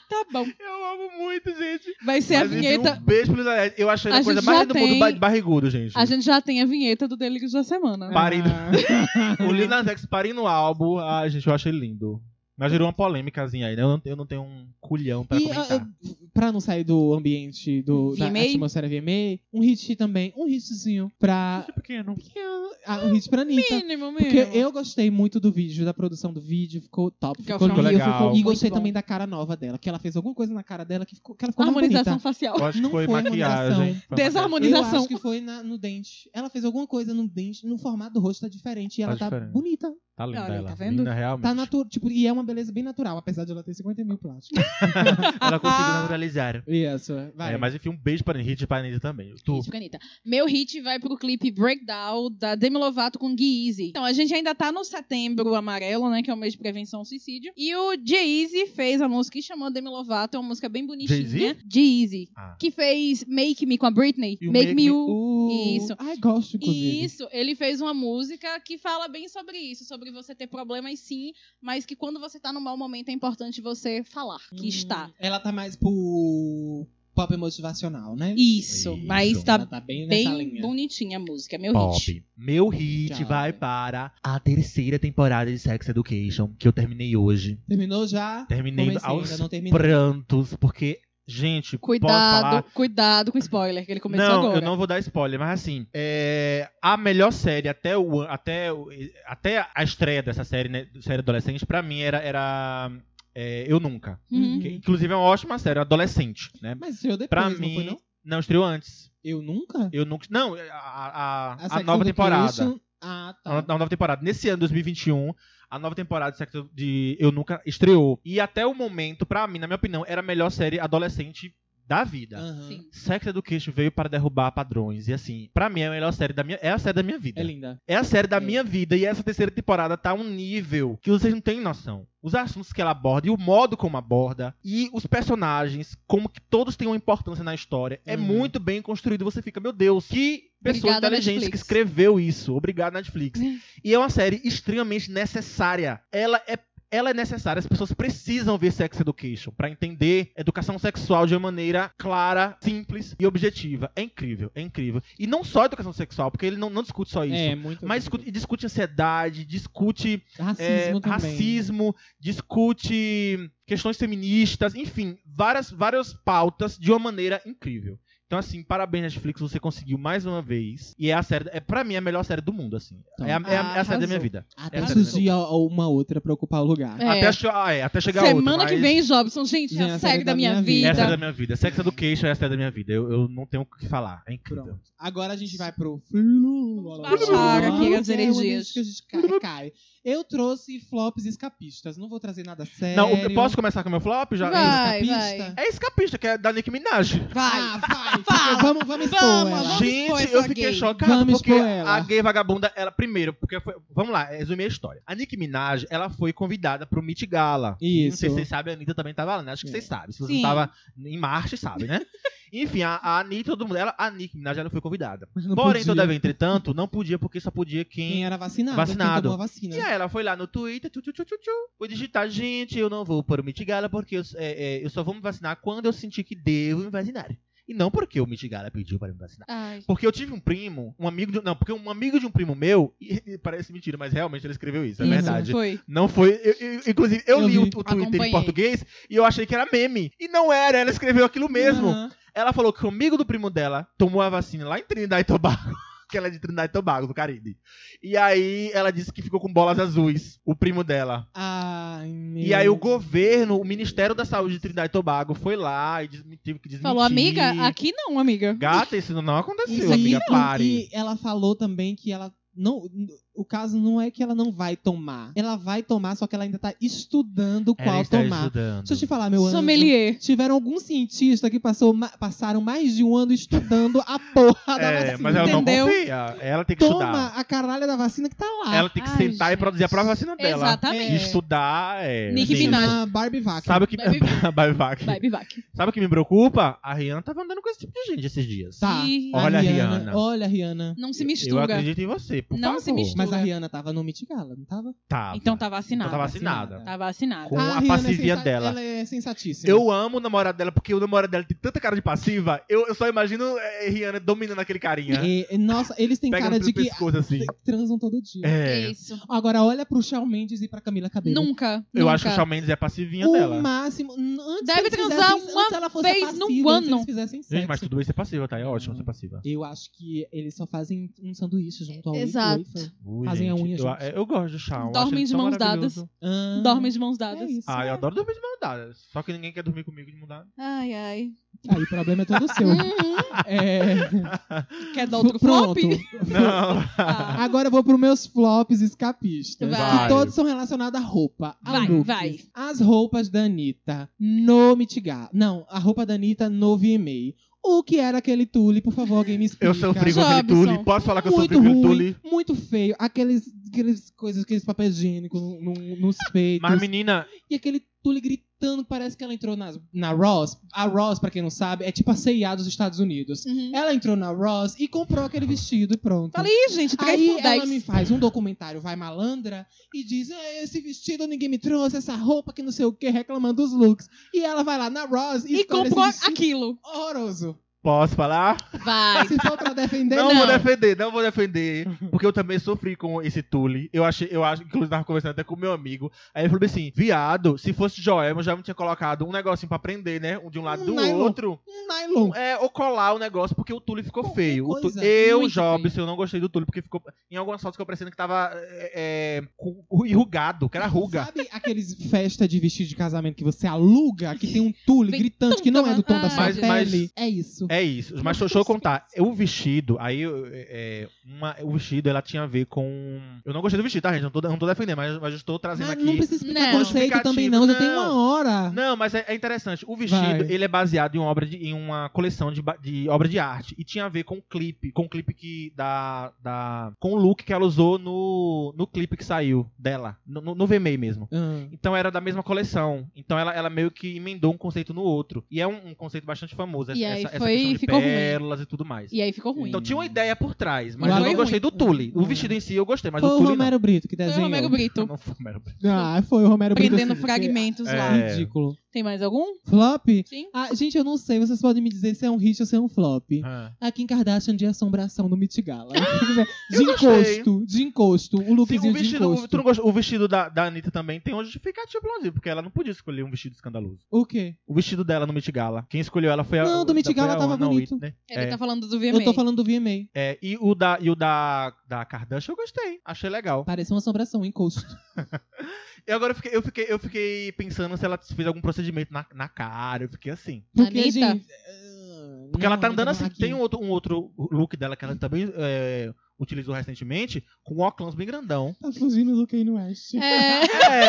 Tá bom. Eu amo muito, gente. Vai ser Mas, a enfim, vinheta. Um beijo pro Lazex. Eu acho ele a, A coisa gente mais já linda do mundo tem- ba- barrigudo, gente. A gente já tem a vinheta do Delírio da Semana. Parem no- Ah. O Lil Nas X parem no álbum. Ai, gente, eu acho ele lindo. Mas gerou uma polêmicazinha aí, né? Eu não, eu não tenho um culhão pra E comentar. ah, pra não sair do ambiente do, da VMA? atmosfera VMA, um hit também, um hitzinho pra. pequeno. ah, um hit pra Anitta. Mínimo, mínimo. Porque eu gostei muito do vídeo, da produção do vídeo, ficou top, Ficou ficou lindo. legal. ficou- E Muito gostei bom. também da cara nova dela, que ela fez alguma coisa na cara dela que, ficou, que ela ficou mais Harmonização bonita. facial. Eu acho que Não foi, foi maquiagem. harmonização. Foi Desarmoni- Eu Harmonização. acho que foi na- no dente. Ela fez alguma coisa no dente, no formato do rosto tá diferente e ela Tá tá, diferente. bonita. maquiagem. Tá linda Olha, ela. tá vendo? Linda, realmente. Tá natural, tipo, e é uma beleza bem natural, apesar de ela ter 50 mil plásticos. Ela conseguiu Ah, naturalizar. Isso, vai. É, mas enfim, um beijo pra Henrique e pra Anitta também. Tu. Hit pra Anitta. Meu hit vai pro clipe Breakdown da Demi Lovato com G-Eazy. Então, a gente ainda tá no setembro amarelo, né? Que é o mês de prevenção ao suicídio. E o G-Eazy fez a música e chamou a Demi Lovato. É uma música bem bonitinha. G-Eazy. Ah. Que fez Make Me com a Britney. E o Make, Make Me Me U. Uh, Isso. Ai, gosto, inclusive. E isso, ele fez uma música que fala bem sobre isso, sobre você ter problemas sim, mas que quando você tá num mau momento é importante você falar que está. Hum, Ela tá mais pro pop motivacional, né? Isso, Isso. mas Ela tá tá bem nessa bem linha. bonitinha a música, meu hit. Pop. Meu hit Tchau. vai para a terceira temporada de Sex Education, que eu terminei hoje. Terminou já? Terminei Comecei, aos ainda não terminei. prantos, porque, gente, posso falar? Cuidado, cuidado com o spoiler que ele começou não, agora. eu não vou dar spoiler, mas assim, é, a melhor série até, o, até, o- até a estreia dessa série, né, série adolescente, pra mim era, era é, Eu Nunca. Uhum. Que, inclusive é uma ótima série, adolescente, né? Mas eu depois, Pra não mim, foi não? não? estreou antes. Eu nunca? Eu nunca. Não, a, a- a- a Sex nova temporada. Education- Ah, A, tá. no- a nova temporada. Nesse ano, 2021, a nova temporada de, Sex Edu- de Eu Nunca estreou. E até o momento, pra mim, na minha opinião, era a melhor série adolescente da vida. Aham. Sim. Sex Education veio para derrubar padrões. E assim, pra mim é a melhor série da minha. É a série da minha vida. É linda. É a série da É. minha vida. E essa terceira temporada tá a um nível que vocês não têm noção. Os assuntos que ela aborda e o modo como aborda. E os personagens, como que todos têm uma importância na história. É Uhum. muito bem construído. Você fica, meu Deus, que pessoa Obrigada, inteligente que Netflix. Uhum. escreveu isso. Obrigado, Netflix. e é uma série extremamente necessária. Ela é ela é necessária, as pessoas precisam ver Sex Education pra entender educação sexual de uma maneira clara, simples e objetiva. É incrível, é incrível. E não só educação sexual, porque ele não, não discute só isso. É, muito Mas muito. discute, discute ansiedade, discute é, Racismo racismo, também. discute questões feministas, enfim, várias, várias pautas de uma maneira incrível. Então, assim, parabéns, Netflix, você conseguiu mais uma vez. E é a série, é, pra mim, é a melhor série do mundo, assim. Então, é, a, é a- é a série da minha arrasou. vida. Até Essa- é surgir a- uma outra pra ocupar o lugar. É. Até, che- ah, é, até chegar a Semana outra, que mas- vem, Jobson, gente, é Gente, a série da minha vida. É a série da minha vida. Sex Education é a série da minha vida. Eu, eu não tenho o que falar. É incrível. Pronto. Agora a gente vai pro. Vamos baixar aqui as energias. Que a gente cai, cai. Eu trouxe flops escapistas. Não vou trazer nada sério. Não, eu posso começar com o meu flop? Já? Vai. Escapista? É escapista, que é da Nick Minaj. Vai. Ah, vai. Fala. Vamos, vamos expor é. Vamos, ela. vamos. expor Gente, essa eu fiquei gay. chocado Vamos porque expor ela. a gay vagabunda, ela primeiro, porque foi, vamos lá, resumir a história. A Nick Minaj, ela foi convidada pro Meet Gala. Não Isso. sei se vocês sabem, a Anitta também tava lá, né? Acho que É. vocês sabem. Se você Sim. não tava em marcha, sabe, né? Enfim, a, a Anitta, todo mundo, ela, a Nick Minaj, ela foi convidada. Mas não Porém, podia. todavia, entretanto, não podia porque só podia Quem era vacinado, Vacinado. quem é? tomou a vacina. E aí ela foi lá no Twitter, tchu, tchu, tchu, tchu, tchu, foi digitar, gente, eu não vou para o Mitigala porque eu, é, é, eu só vou me vacinar quando eu sentir que devo me vacinar. E não porque o Mitigala pediu para me vacinar. Ai, Porque eu tive um primo, um amigo de um, Não, porque um amigo de um primo meu, e, e parece mentira, mas realmente ele escreveu isso, é Isso. verdade. foi. Não foi. eu- eu- inclusive, eu, Eu li o, vi. o Twitter em Acompanhei. português e eu achei que era meme. E não era, ela escreveu aquilo mesmo. Aham. Ela falou que o amigo do primo dela tomou a vacina lá em Trinidad e Tobago. que ela é de Trinidad e Tobago, do Caribe. E aí ela disse que ficou com bolas azuis, o primo dela. Ai, meu... E aí o governo, o Ministério da Saúde de Trinidad e Tobago foi lá e desmentiu que desmentir. Falou, amiga, aqui não, amiga. Gata, isso não aconteceu, Isso amiga, aqui não. pare. E ela falou também que ela não. O caso não é que ela não vai tomar. Ela vai tomar, só que ela ainda tá estudando Ela qual está tomar. estudando. Deixa eu te falar, meu anjo. Sommelier. Tiveram alguns cientistas que passou, ma- passaram mais de um ano estudando a porra da É, vacina. mas ela entendeu? não confia. Ela tem que Toma estudar. a caralha da vacina que tá lá. Ela tem que Ai, sentar e gente. produzir a própria vacina dela. Exatamente. E estudar é. Nicki tenso. Minaj. Na Barbie Vaca. Sabe o que. Bye, Bye, vaca. Vai, bivac. Sabe o que me preocupa? A Rihanna tava andando com esse tipo de gente esses dias. Tá. Ih, Olha a Rihanna. Olha a Rihanna. Não se Eu mistura. acredito em você. Por Não favor. se mistura. É. Mas a Rihanna tava no Met Gala, não tava? Tava. Então tá vacinada. Então tá vacinada. vacinada. Tá vacinada. Com Ah, a Rihanna é passivia sensa- dela. Ela é sensatíssima. Eu amo o namorado dela, porque o namorado dela tem tanta cara de passiva, eu, eu só imagino é, Rihanna dominando aquele carinha. É, nossa, eles têm Pegando cara pelo de que pescoço, assim. transam todo dia. É. Isso. Agora olha pro Shawn Mendes e pra Camila Cabello. Nunca. Eu nunca. acho que o Shawn Mendes é a passivinha o dela. máximo. n- Antes Deve que eles transar fizessem- uma antes ela fosse vez passiva, num antes que ano. Eles fizessem Gente, sexo. mas tudo bem ser passiva, tá? É ótimo ser passiva. Eu acho que eles só fazem um sanduíche junto ao Exato. wafer. Ui, Fazem a gente, unha eu, é, juntos. eu gosto do Shawn. Dormem acho ele de tão mãos maravilhoso. dadas. Ah, Dorme de mãos dadas. É isso. Ah, eu adoro dormir de mãos dadas. Só que ninguém quer dormir comigo de mãos dadas. Ai, ai. Aí o problema é todo seu. Uhum. é... Quer dar outro flop? Pronto. Não. Ah. Agora eu vou pros meus flops escapistas. Vai. Que todos são relacionados à roupa. a Vai, looks. vai. As roupas da Anitta no mitigar. Não, a roupa da Anitta no VMA. O que era aquele tule? Por favor, alguém me explica. Eu sou o frigo Jobson. Tule. Posso falar que eu sou o Muito frigo ruim, Tule? muito feio. Aqueles, aqueles coisas, aqueles papéis higiênicos no- no- nos peitos. Mas, menina, E aquele tule gritando, parece que ela entrou nas, na Ross. A Ross, pra quem não sabe, é tipo a C&A dos Estados Unidos. Uhum. Ela entrou na Ross e comprou aquele vestido e pronto. Fala aí, gente. 3 Aí por ela me 10. faz um documentário, vai malandra, e diz: "Ah, esse vestido ninguém me trouxe, essa roupa que não sei o que, reclamando dos looks. E ela vai lá na Ross e, Então, E escolhe comprou esse vestido aquilo. horroroso. posso falar? Vai. Se for pra defender, Não, não. vou defender, não vou defender. Porque eu também sofri com esse Tule. Eu achei, eu acho, inclusive, tava conversando até com meu amigo. Aí ele falou assim: viado, se fosse Joel, eu já me tinha colocado um negocinho pra prender, né? Um de um lado Um do nylon. outro. Um nylon. É, ou colar o negócio, porque o Tule ficou Qualquer feio. O tu- coisa. Eu, Muito Jobs, eu não gostei do Tule, porque ficou. Em algumas fotos que eu parecendo que tava é, é, com- enrugado, que era ruga. Sabe aqueles festa de vestido de casamento que você aluga, que tem um tule Vem gritante que não é do tom da tanta- sua Mas- pele? mas- É isso. É isso. Mas Nossa, deixa eu que contar. O vestido, aí eu, é, uma- o vestido ela tinha a ver com. Eu não gostei do vestido, tá, gente? Não tô, não tô defendendo, mas, mas eu estou trazendo Mas aqui. Ah, não precisa explicar Não. conceito também, não. Já tem uma hora. Não, mas é, é interessante. O vestido, Tá. Vai. ele é baseado em uma, obra de- em uma coleção de, ba- de obra de arte. E tinha a ver com o clipe. Com o clipe que. Da, da, com o look que ela usou no, no clipe que saiu dela. No, no, no VMA mesmo. Ah, Então era da mesma coleção. Então ela, ela meio que emendou um conceito no outro. E é um, um conceito bastante famoso. E essa, aí essa foi- questão de ficou ruim. pérolas e tudo mais. E aí ficou ruim. Então tinha uma ideia por trás, mas Lá eu não foi gostei ruim. do Tule. O Hum. vestido em si eu gostei, mas Foi o o Tule Romero Brito que Foi o desenhou. Romero não. Brito. Não foi o Romero Brito. Ah, foi o Romero Brito. Prendendo sim, fragmentos que- lá. assim, É. Ridículo. Tem mais algum? Flop? Sim. Ah, gente, eu não sei. Vocês podem me dizer se é um hit ou se é um flop. Ah. A Kim Kardashian de assombração no Mitigala. Eu de gostei. encosto, de encosto. O Sim, lookzinho o de um vestido, o, tu encosto. não gostou- o vestido da, da Anitta também tem um justificativo plausível, porque ela não podia escolher um vestido escandaloso. O quê? O vestido dela no Met Gala, quem escolheu ela foi a. Não, do o- Met foi Gala a tava Anna bonito. Whitney. Ele É. tá falando do VMA. Eu tô falando do VMA. É, e o da, e o da, da Kardashian eu gostei, achei legal. Parece uma assombração, um encosto. E agora eu fiquei, eu fiquei, eu fiquei pensando se ela fez algum procedimento na, na cara, eu fiquei assim. Porque, Anitta? gente. Porque ela tá é andando assim. Tem um outro, um outro look dela que ela também é, utilizou recentemente, com um óculos bem grandão. Tá fugindo do Kanye West. É.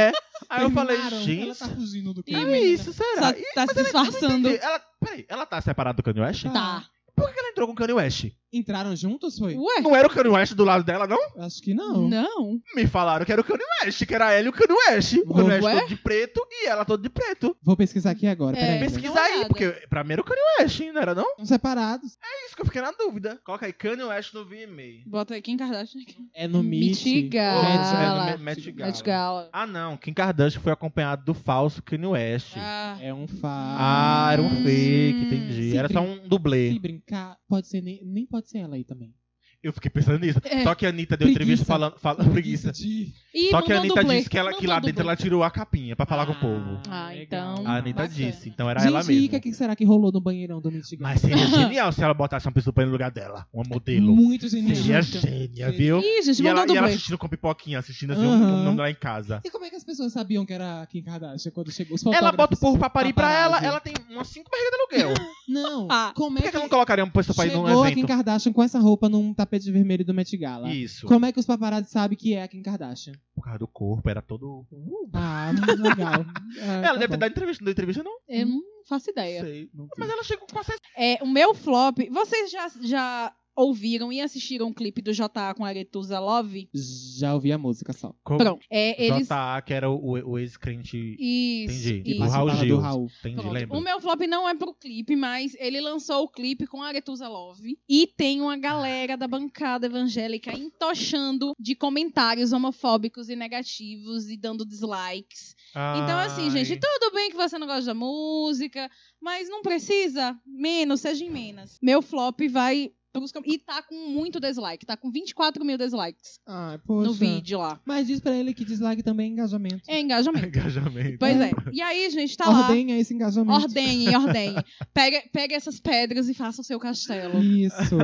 É. Aí eu falei, Terminaram, Ela gente, tá fugindo do E Kanye é West. isso, será? Só tá se disfarçando. E Ela, peraí, ela tá separada do Kanye West? Tá. Por que ela entrou com o Kanye West? Entraram juntos, foi? Ué? Não era o Kanye West do lado dela, Uh. não? Acho que não. Não. Me falaram que era o Kanye West, que era ela e o Kanye West. O Kanye West Ué? todo de preto e ela toda de preto. Vou pesquisar aqui agora, É. peraí. Pesquisa não é aí, nada. porque pra mim era o Kanye West, não era não? Estão separados. É isso que eu fiquei na dúvida. Coloca aí Kanye West no VMA. Bota aí Kim Kardashian. É no Meet. Mitigala. Met- é no Met- Met Gala. Met Gala. Ah não, Kim Kardashian foi acompanhado do falso Kanye West. Ah. É um fato. Ah, era um Hum, fake, entendi. se Era só um dublê. Se brincar, pode ser nem, nem pode ser ela aí também. Eu fiquei pensando nisso. É. Só que a Anitta deu entrevista Preguiça. falando. Fala, preguiça. De... E Só que a mandou Anitta dublê. disse que, ela, que Mandou lá dentro dublê. ela tirou a capinha pra falar com o Ah, povo. Ah, legal. então- A Anitta bacana. disse, então era ela Hum, Gente, e o mesma. que, que será que rolou no banheirão do Mitigão? Mas seria genial se ela botasse uma pessoa pra ir no lugar dela, uma modelo. Muito genial. Seria Muito. gênia, Seria. viu? Ih, gente, E ela, mandou e ela dublê. assistindo com pipoquinha, assistindo assim, Aham. um, um lá em casa. E como é que as pessoas sabiam que era Kim Kardashian quando chegou? Os Ela fotógrafos- bota o povo papari pra ela, paparazzi. ela tem umas 5 merdas de aluguel. Não, Ah, como Por é que, que... que ela não colocaria uma pessoa pra ir num Chegou a Kim evento? Kardashian com essa roupa num tapete vermelho do Met Gala. Isso. Como é que os paparazzi sabem que é a Kim Kardashian? Por causa do corpo, era todo. Ah, muito legal. Ah, ela tá deve ter bom. dado entrevista, não deu entrevista, não Eu não faço ideia. sei. Não sei. Mas ela chegou com acesso. É, o meu flop, vocês já, já ouviram e assistiram o clipe do JA com Aretusa Love? Já ouvi a música só. Pronto. É, eles... JA, que era o, o- o ex-crente. Isso, Entendi. E E do isso. Raul participava Gil. do Raul. Entendi, Pronto. lembra? O meu flop não é pro clipe, mas ele lançou o clipe com a Aretusa Love e tem uma galera da bancada evangélica entochando de comentários homofóbicos e negativos e dando dislikes. Então, assim, gente, tudo bem que você não gosta da música, mas não precisa. Menos, seja em menos. Meu flop vai. pros com- E tá com muito dislike, tá com 24 mil dislikes Ah, poxa. no vídeo lá. Mas diz pra ele que dislike também é engajamento. É engajamento. Engajamento. Pois é. E aí, gente, tá lá. Ordenha esse engajamento. Ordenhe, ordenhe. Pega, pega essas pedras e faça o seu castelo. Isso.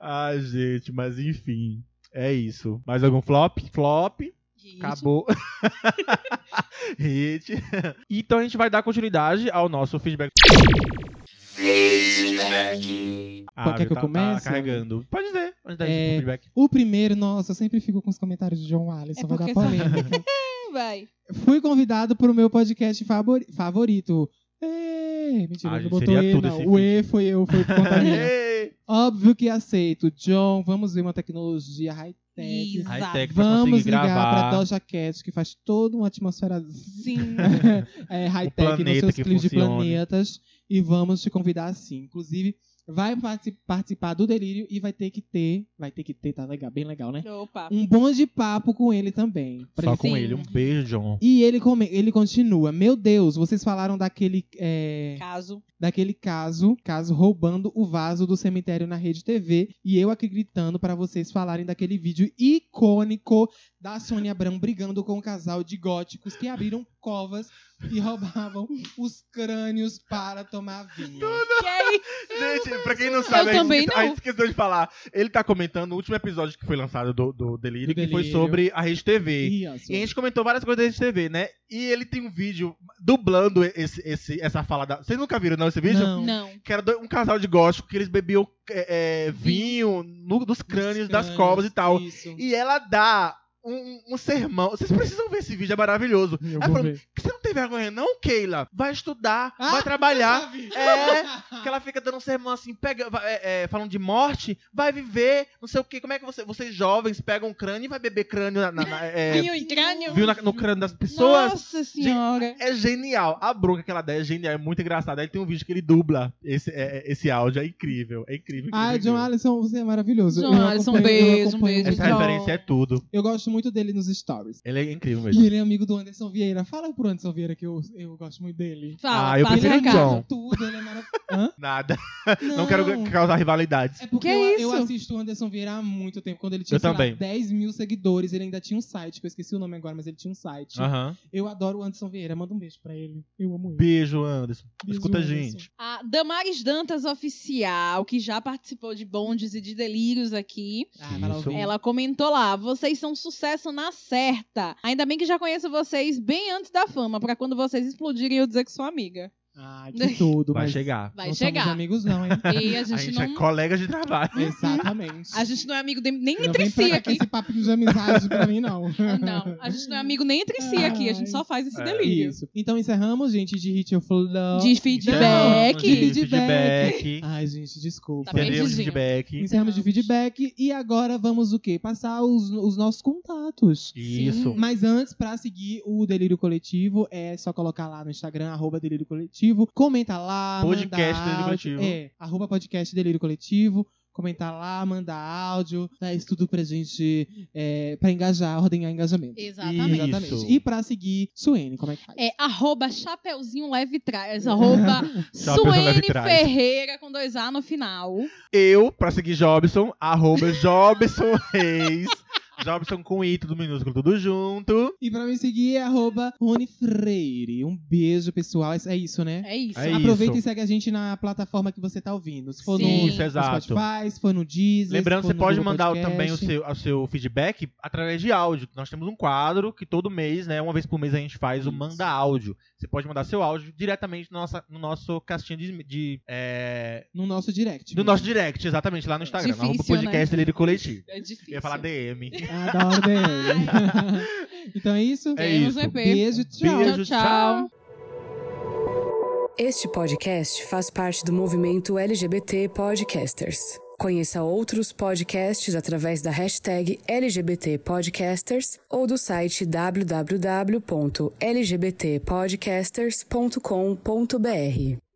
ah, gente, mas enfim. É isso. Mais algum flop? Flop. Acabou. Hit. Então a gente vai dar continuidade ao nosso feedback. Ah, Qual que é viu? que eu tá, comece? Tá carregando. Pode dizer. Antes da gente É, ir pro feedback. O primeiro, nossa, eu sempre fico com os comentários de John Wallace, É só vai dar porque só- polêmica. Gente, vai. Fui convidado pro meu podcast favori- favorito. Ê, mentira, Ah, ele gente, botou seria E, tudo não. esse O E foi eu, foi por é. conta minha. Ei! Óbvio que aceito. John, vamos ver uma tecnologia high-tech. Isso. Hightech pra Vamos conseguir ligar gravar. pra Doja Cat, que faz toda uma atmosfera Sim. é, Um high-tech nos planeta seus que clipes de funcione. planetas. E vamos te convidar sim. Inclusive, vai parti- participar do Delírio e vai ter que ter. Vai ter que ter, tá legal, bem legal, né? Opa. Um bom de papo com ele também. Pra Só ele- com Sim. ele. Um beijo, John. E ele, come- ele continua. Meu Deus, vocês falaram daquele. é, Caso. daquele caso, caso roubando o vaso do cemitério na rede TV, e eu aqui gritando pra vocês falarem daquele vídeo icônico da Sônia Abrão brigando com um casal de góticos que abriram covas e roubavam os crânios para tomar vinho. E aí, Gente, pra quem não sabe, a gente, também esque- a não. gente esqueceu de falar. Ele tá comentando o último episódio que foi lançado do, do Delírio, Do que foi Delírio. sobre a Rede TV. Isso. E a gente comentou várias coisas da Rede TV, né? E ele tem um vídeo dublando esse, esse- essa fala da. Vocês nunca viram, não, esse vídeo? Não. não. Que era do- um casal de gótico que eles bebiam é, é, vinho no- dos crânios, das crânios, cobras e tal. Isso. E ela dá um, um sermão. Vocês precisam ver esse vídeo, é maravilhoso. Eu Ela vou falou, ver. Você não tem vergonha, não, Keila? Vai estudar, Ah, vai trabalhar. É. É. Que ela fica dando um sermão assim, pega, vai- é, é, falando de morte, vai viver, não sei o que. Como é que você, vocês jovens pegam um crânio e vai beber crânio na, na- na- é, Vinho e crânio. viu na- no crânio das pessoas? Nossa senhora. É genial. A bronca que ela dá é genial, é muito engraçada. Aí tem um vídeo que ele dubla esse, é, é, esse áudio. É incrível, é incrível. Ai, incrível, John Allison, você é maravilhoso. John Eu Allison, acompanho- eu beijo, acompanho- beijo. Essa John. referência é tudo. Eu gosto muito dele nos stories. Ele é incrível E mesmo. ele é amigo do Anderson Vieira. Fala pro Anderson Vieira que eu, eu gosto muito dele. Fala, Ah, eu fala, prefiro ele o Ricardo. John. tudo, ele é maravilhoso. Hã? Nada. Não, quero causar rivalidades. É porque Que eu, isso? eu assisto o Anderson Vieira há muito tempo. Quando ele tinha Eu sei lá, também. 10 mil seguidores, ele ainda tinha um site, que eu esqueci o nome agora, mas ele tinha um site. Aham. Eu adoro o Anderson Vieira. Manda um beijo pra ele. Eu amo ele. Beijo, Anderson. Beijo, Escuta a Anderson. gente. A Damares Dantas Oficial, que já participou de bondes e de delírios aqui, Ah, vai lá Isso. ouvir. ela comentou lá: vocês são um sucesso na certa. Ainda bem que já conheço vocês bem antes da fama, pra quando vocês explodirem eu dizer que sou amiga. Ah, que tudo. Vai mas chegar. Vai não chegar. somos amigos não, hein? E a A gente, gente não. é colega de trabalho. Exatamente. A gente não é amigo de- nem não entre vem si pra cá com aqui. esse papo de amizade pra mim, não. Não, a gente não é amigo nem entre si aqui. A gente só faz esse É. delírio. Isso. Então encerramos, gente, de Hit of Love. De feedback. Chamamos de Feedback. feedback. Ai, gente, desculpa. Tá bem Entendemos de Beijinho. feedback. Encerramos de Encerramos. feedback e agora vamos o quê? Passar os, os nossos contatos. Isso. Mas antes, pra seguir o Delírio Coletivo, é só colocar lá no Instagram, arroba Delírio Coletivo, comenta lá, Podcast manda Delírio áudio, Coletivo. É, arroba podcast Delírio Coletivo, comentar lá, mandar áudio, dar isso tudo pra gente, é, pra engajar, ordenar engajamento. Exatamente. Isso. E pra seguir, Suene, como é que faz? É arroba Chapeuzinho Leve Trás, arroba Chapeuzinho Leve Suene Trás. Ferreira com dois A no final. Eu, pra seguir Jobson, arroba Jobson Reis. Jobson com I, tudo minúsculo, tudo junto. E pra me seguir é arroba Rony Freire. Um beijo, pessoal. É isso, né? É isso. É isso. Aproveita e segue a gente na plataforma que você tá ouvindo. Se for no, Sim. no Isso, exato. Spotify, se for no Deezer. Lembrando, se você for no pode Google mandar o- Podcast. também o seu, o seu feedback através de áudio. Nós temos um quadro que todo mês, né? Uma vez por mês a gente faz o Isso. Manda Áudio. Você pode mandar seu áudio diretamente no, nossa, no nosso caixinha de, de, é, No nosso direct. no nosso direct, exatamente, lá no Instagram. Difícil, arroba né? podcast Lírico Coletivo. É Eu difícil. ia falar DM. Ah, da hora dele. então é isso. É Temos isso. EP. Beijo, tchau. Beijo, tchau. tchau. tchau. Este podcast faz parte do movimento LGBT Podcasters. Conheça outros podcasts através da hashtag LGBT Podcasters ou do site www.lgbtpodcasters.com.br.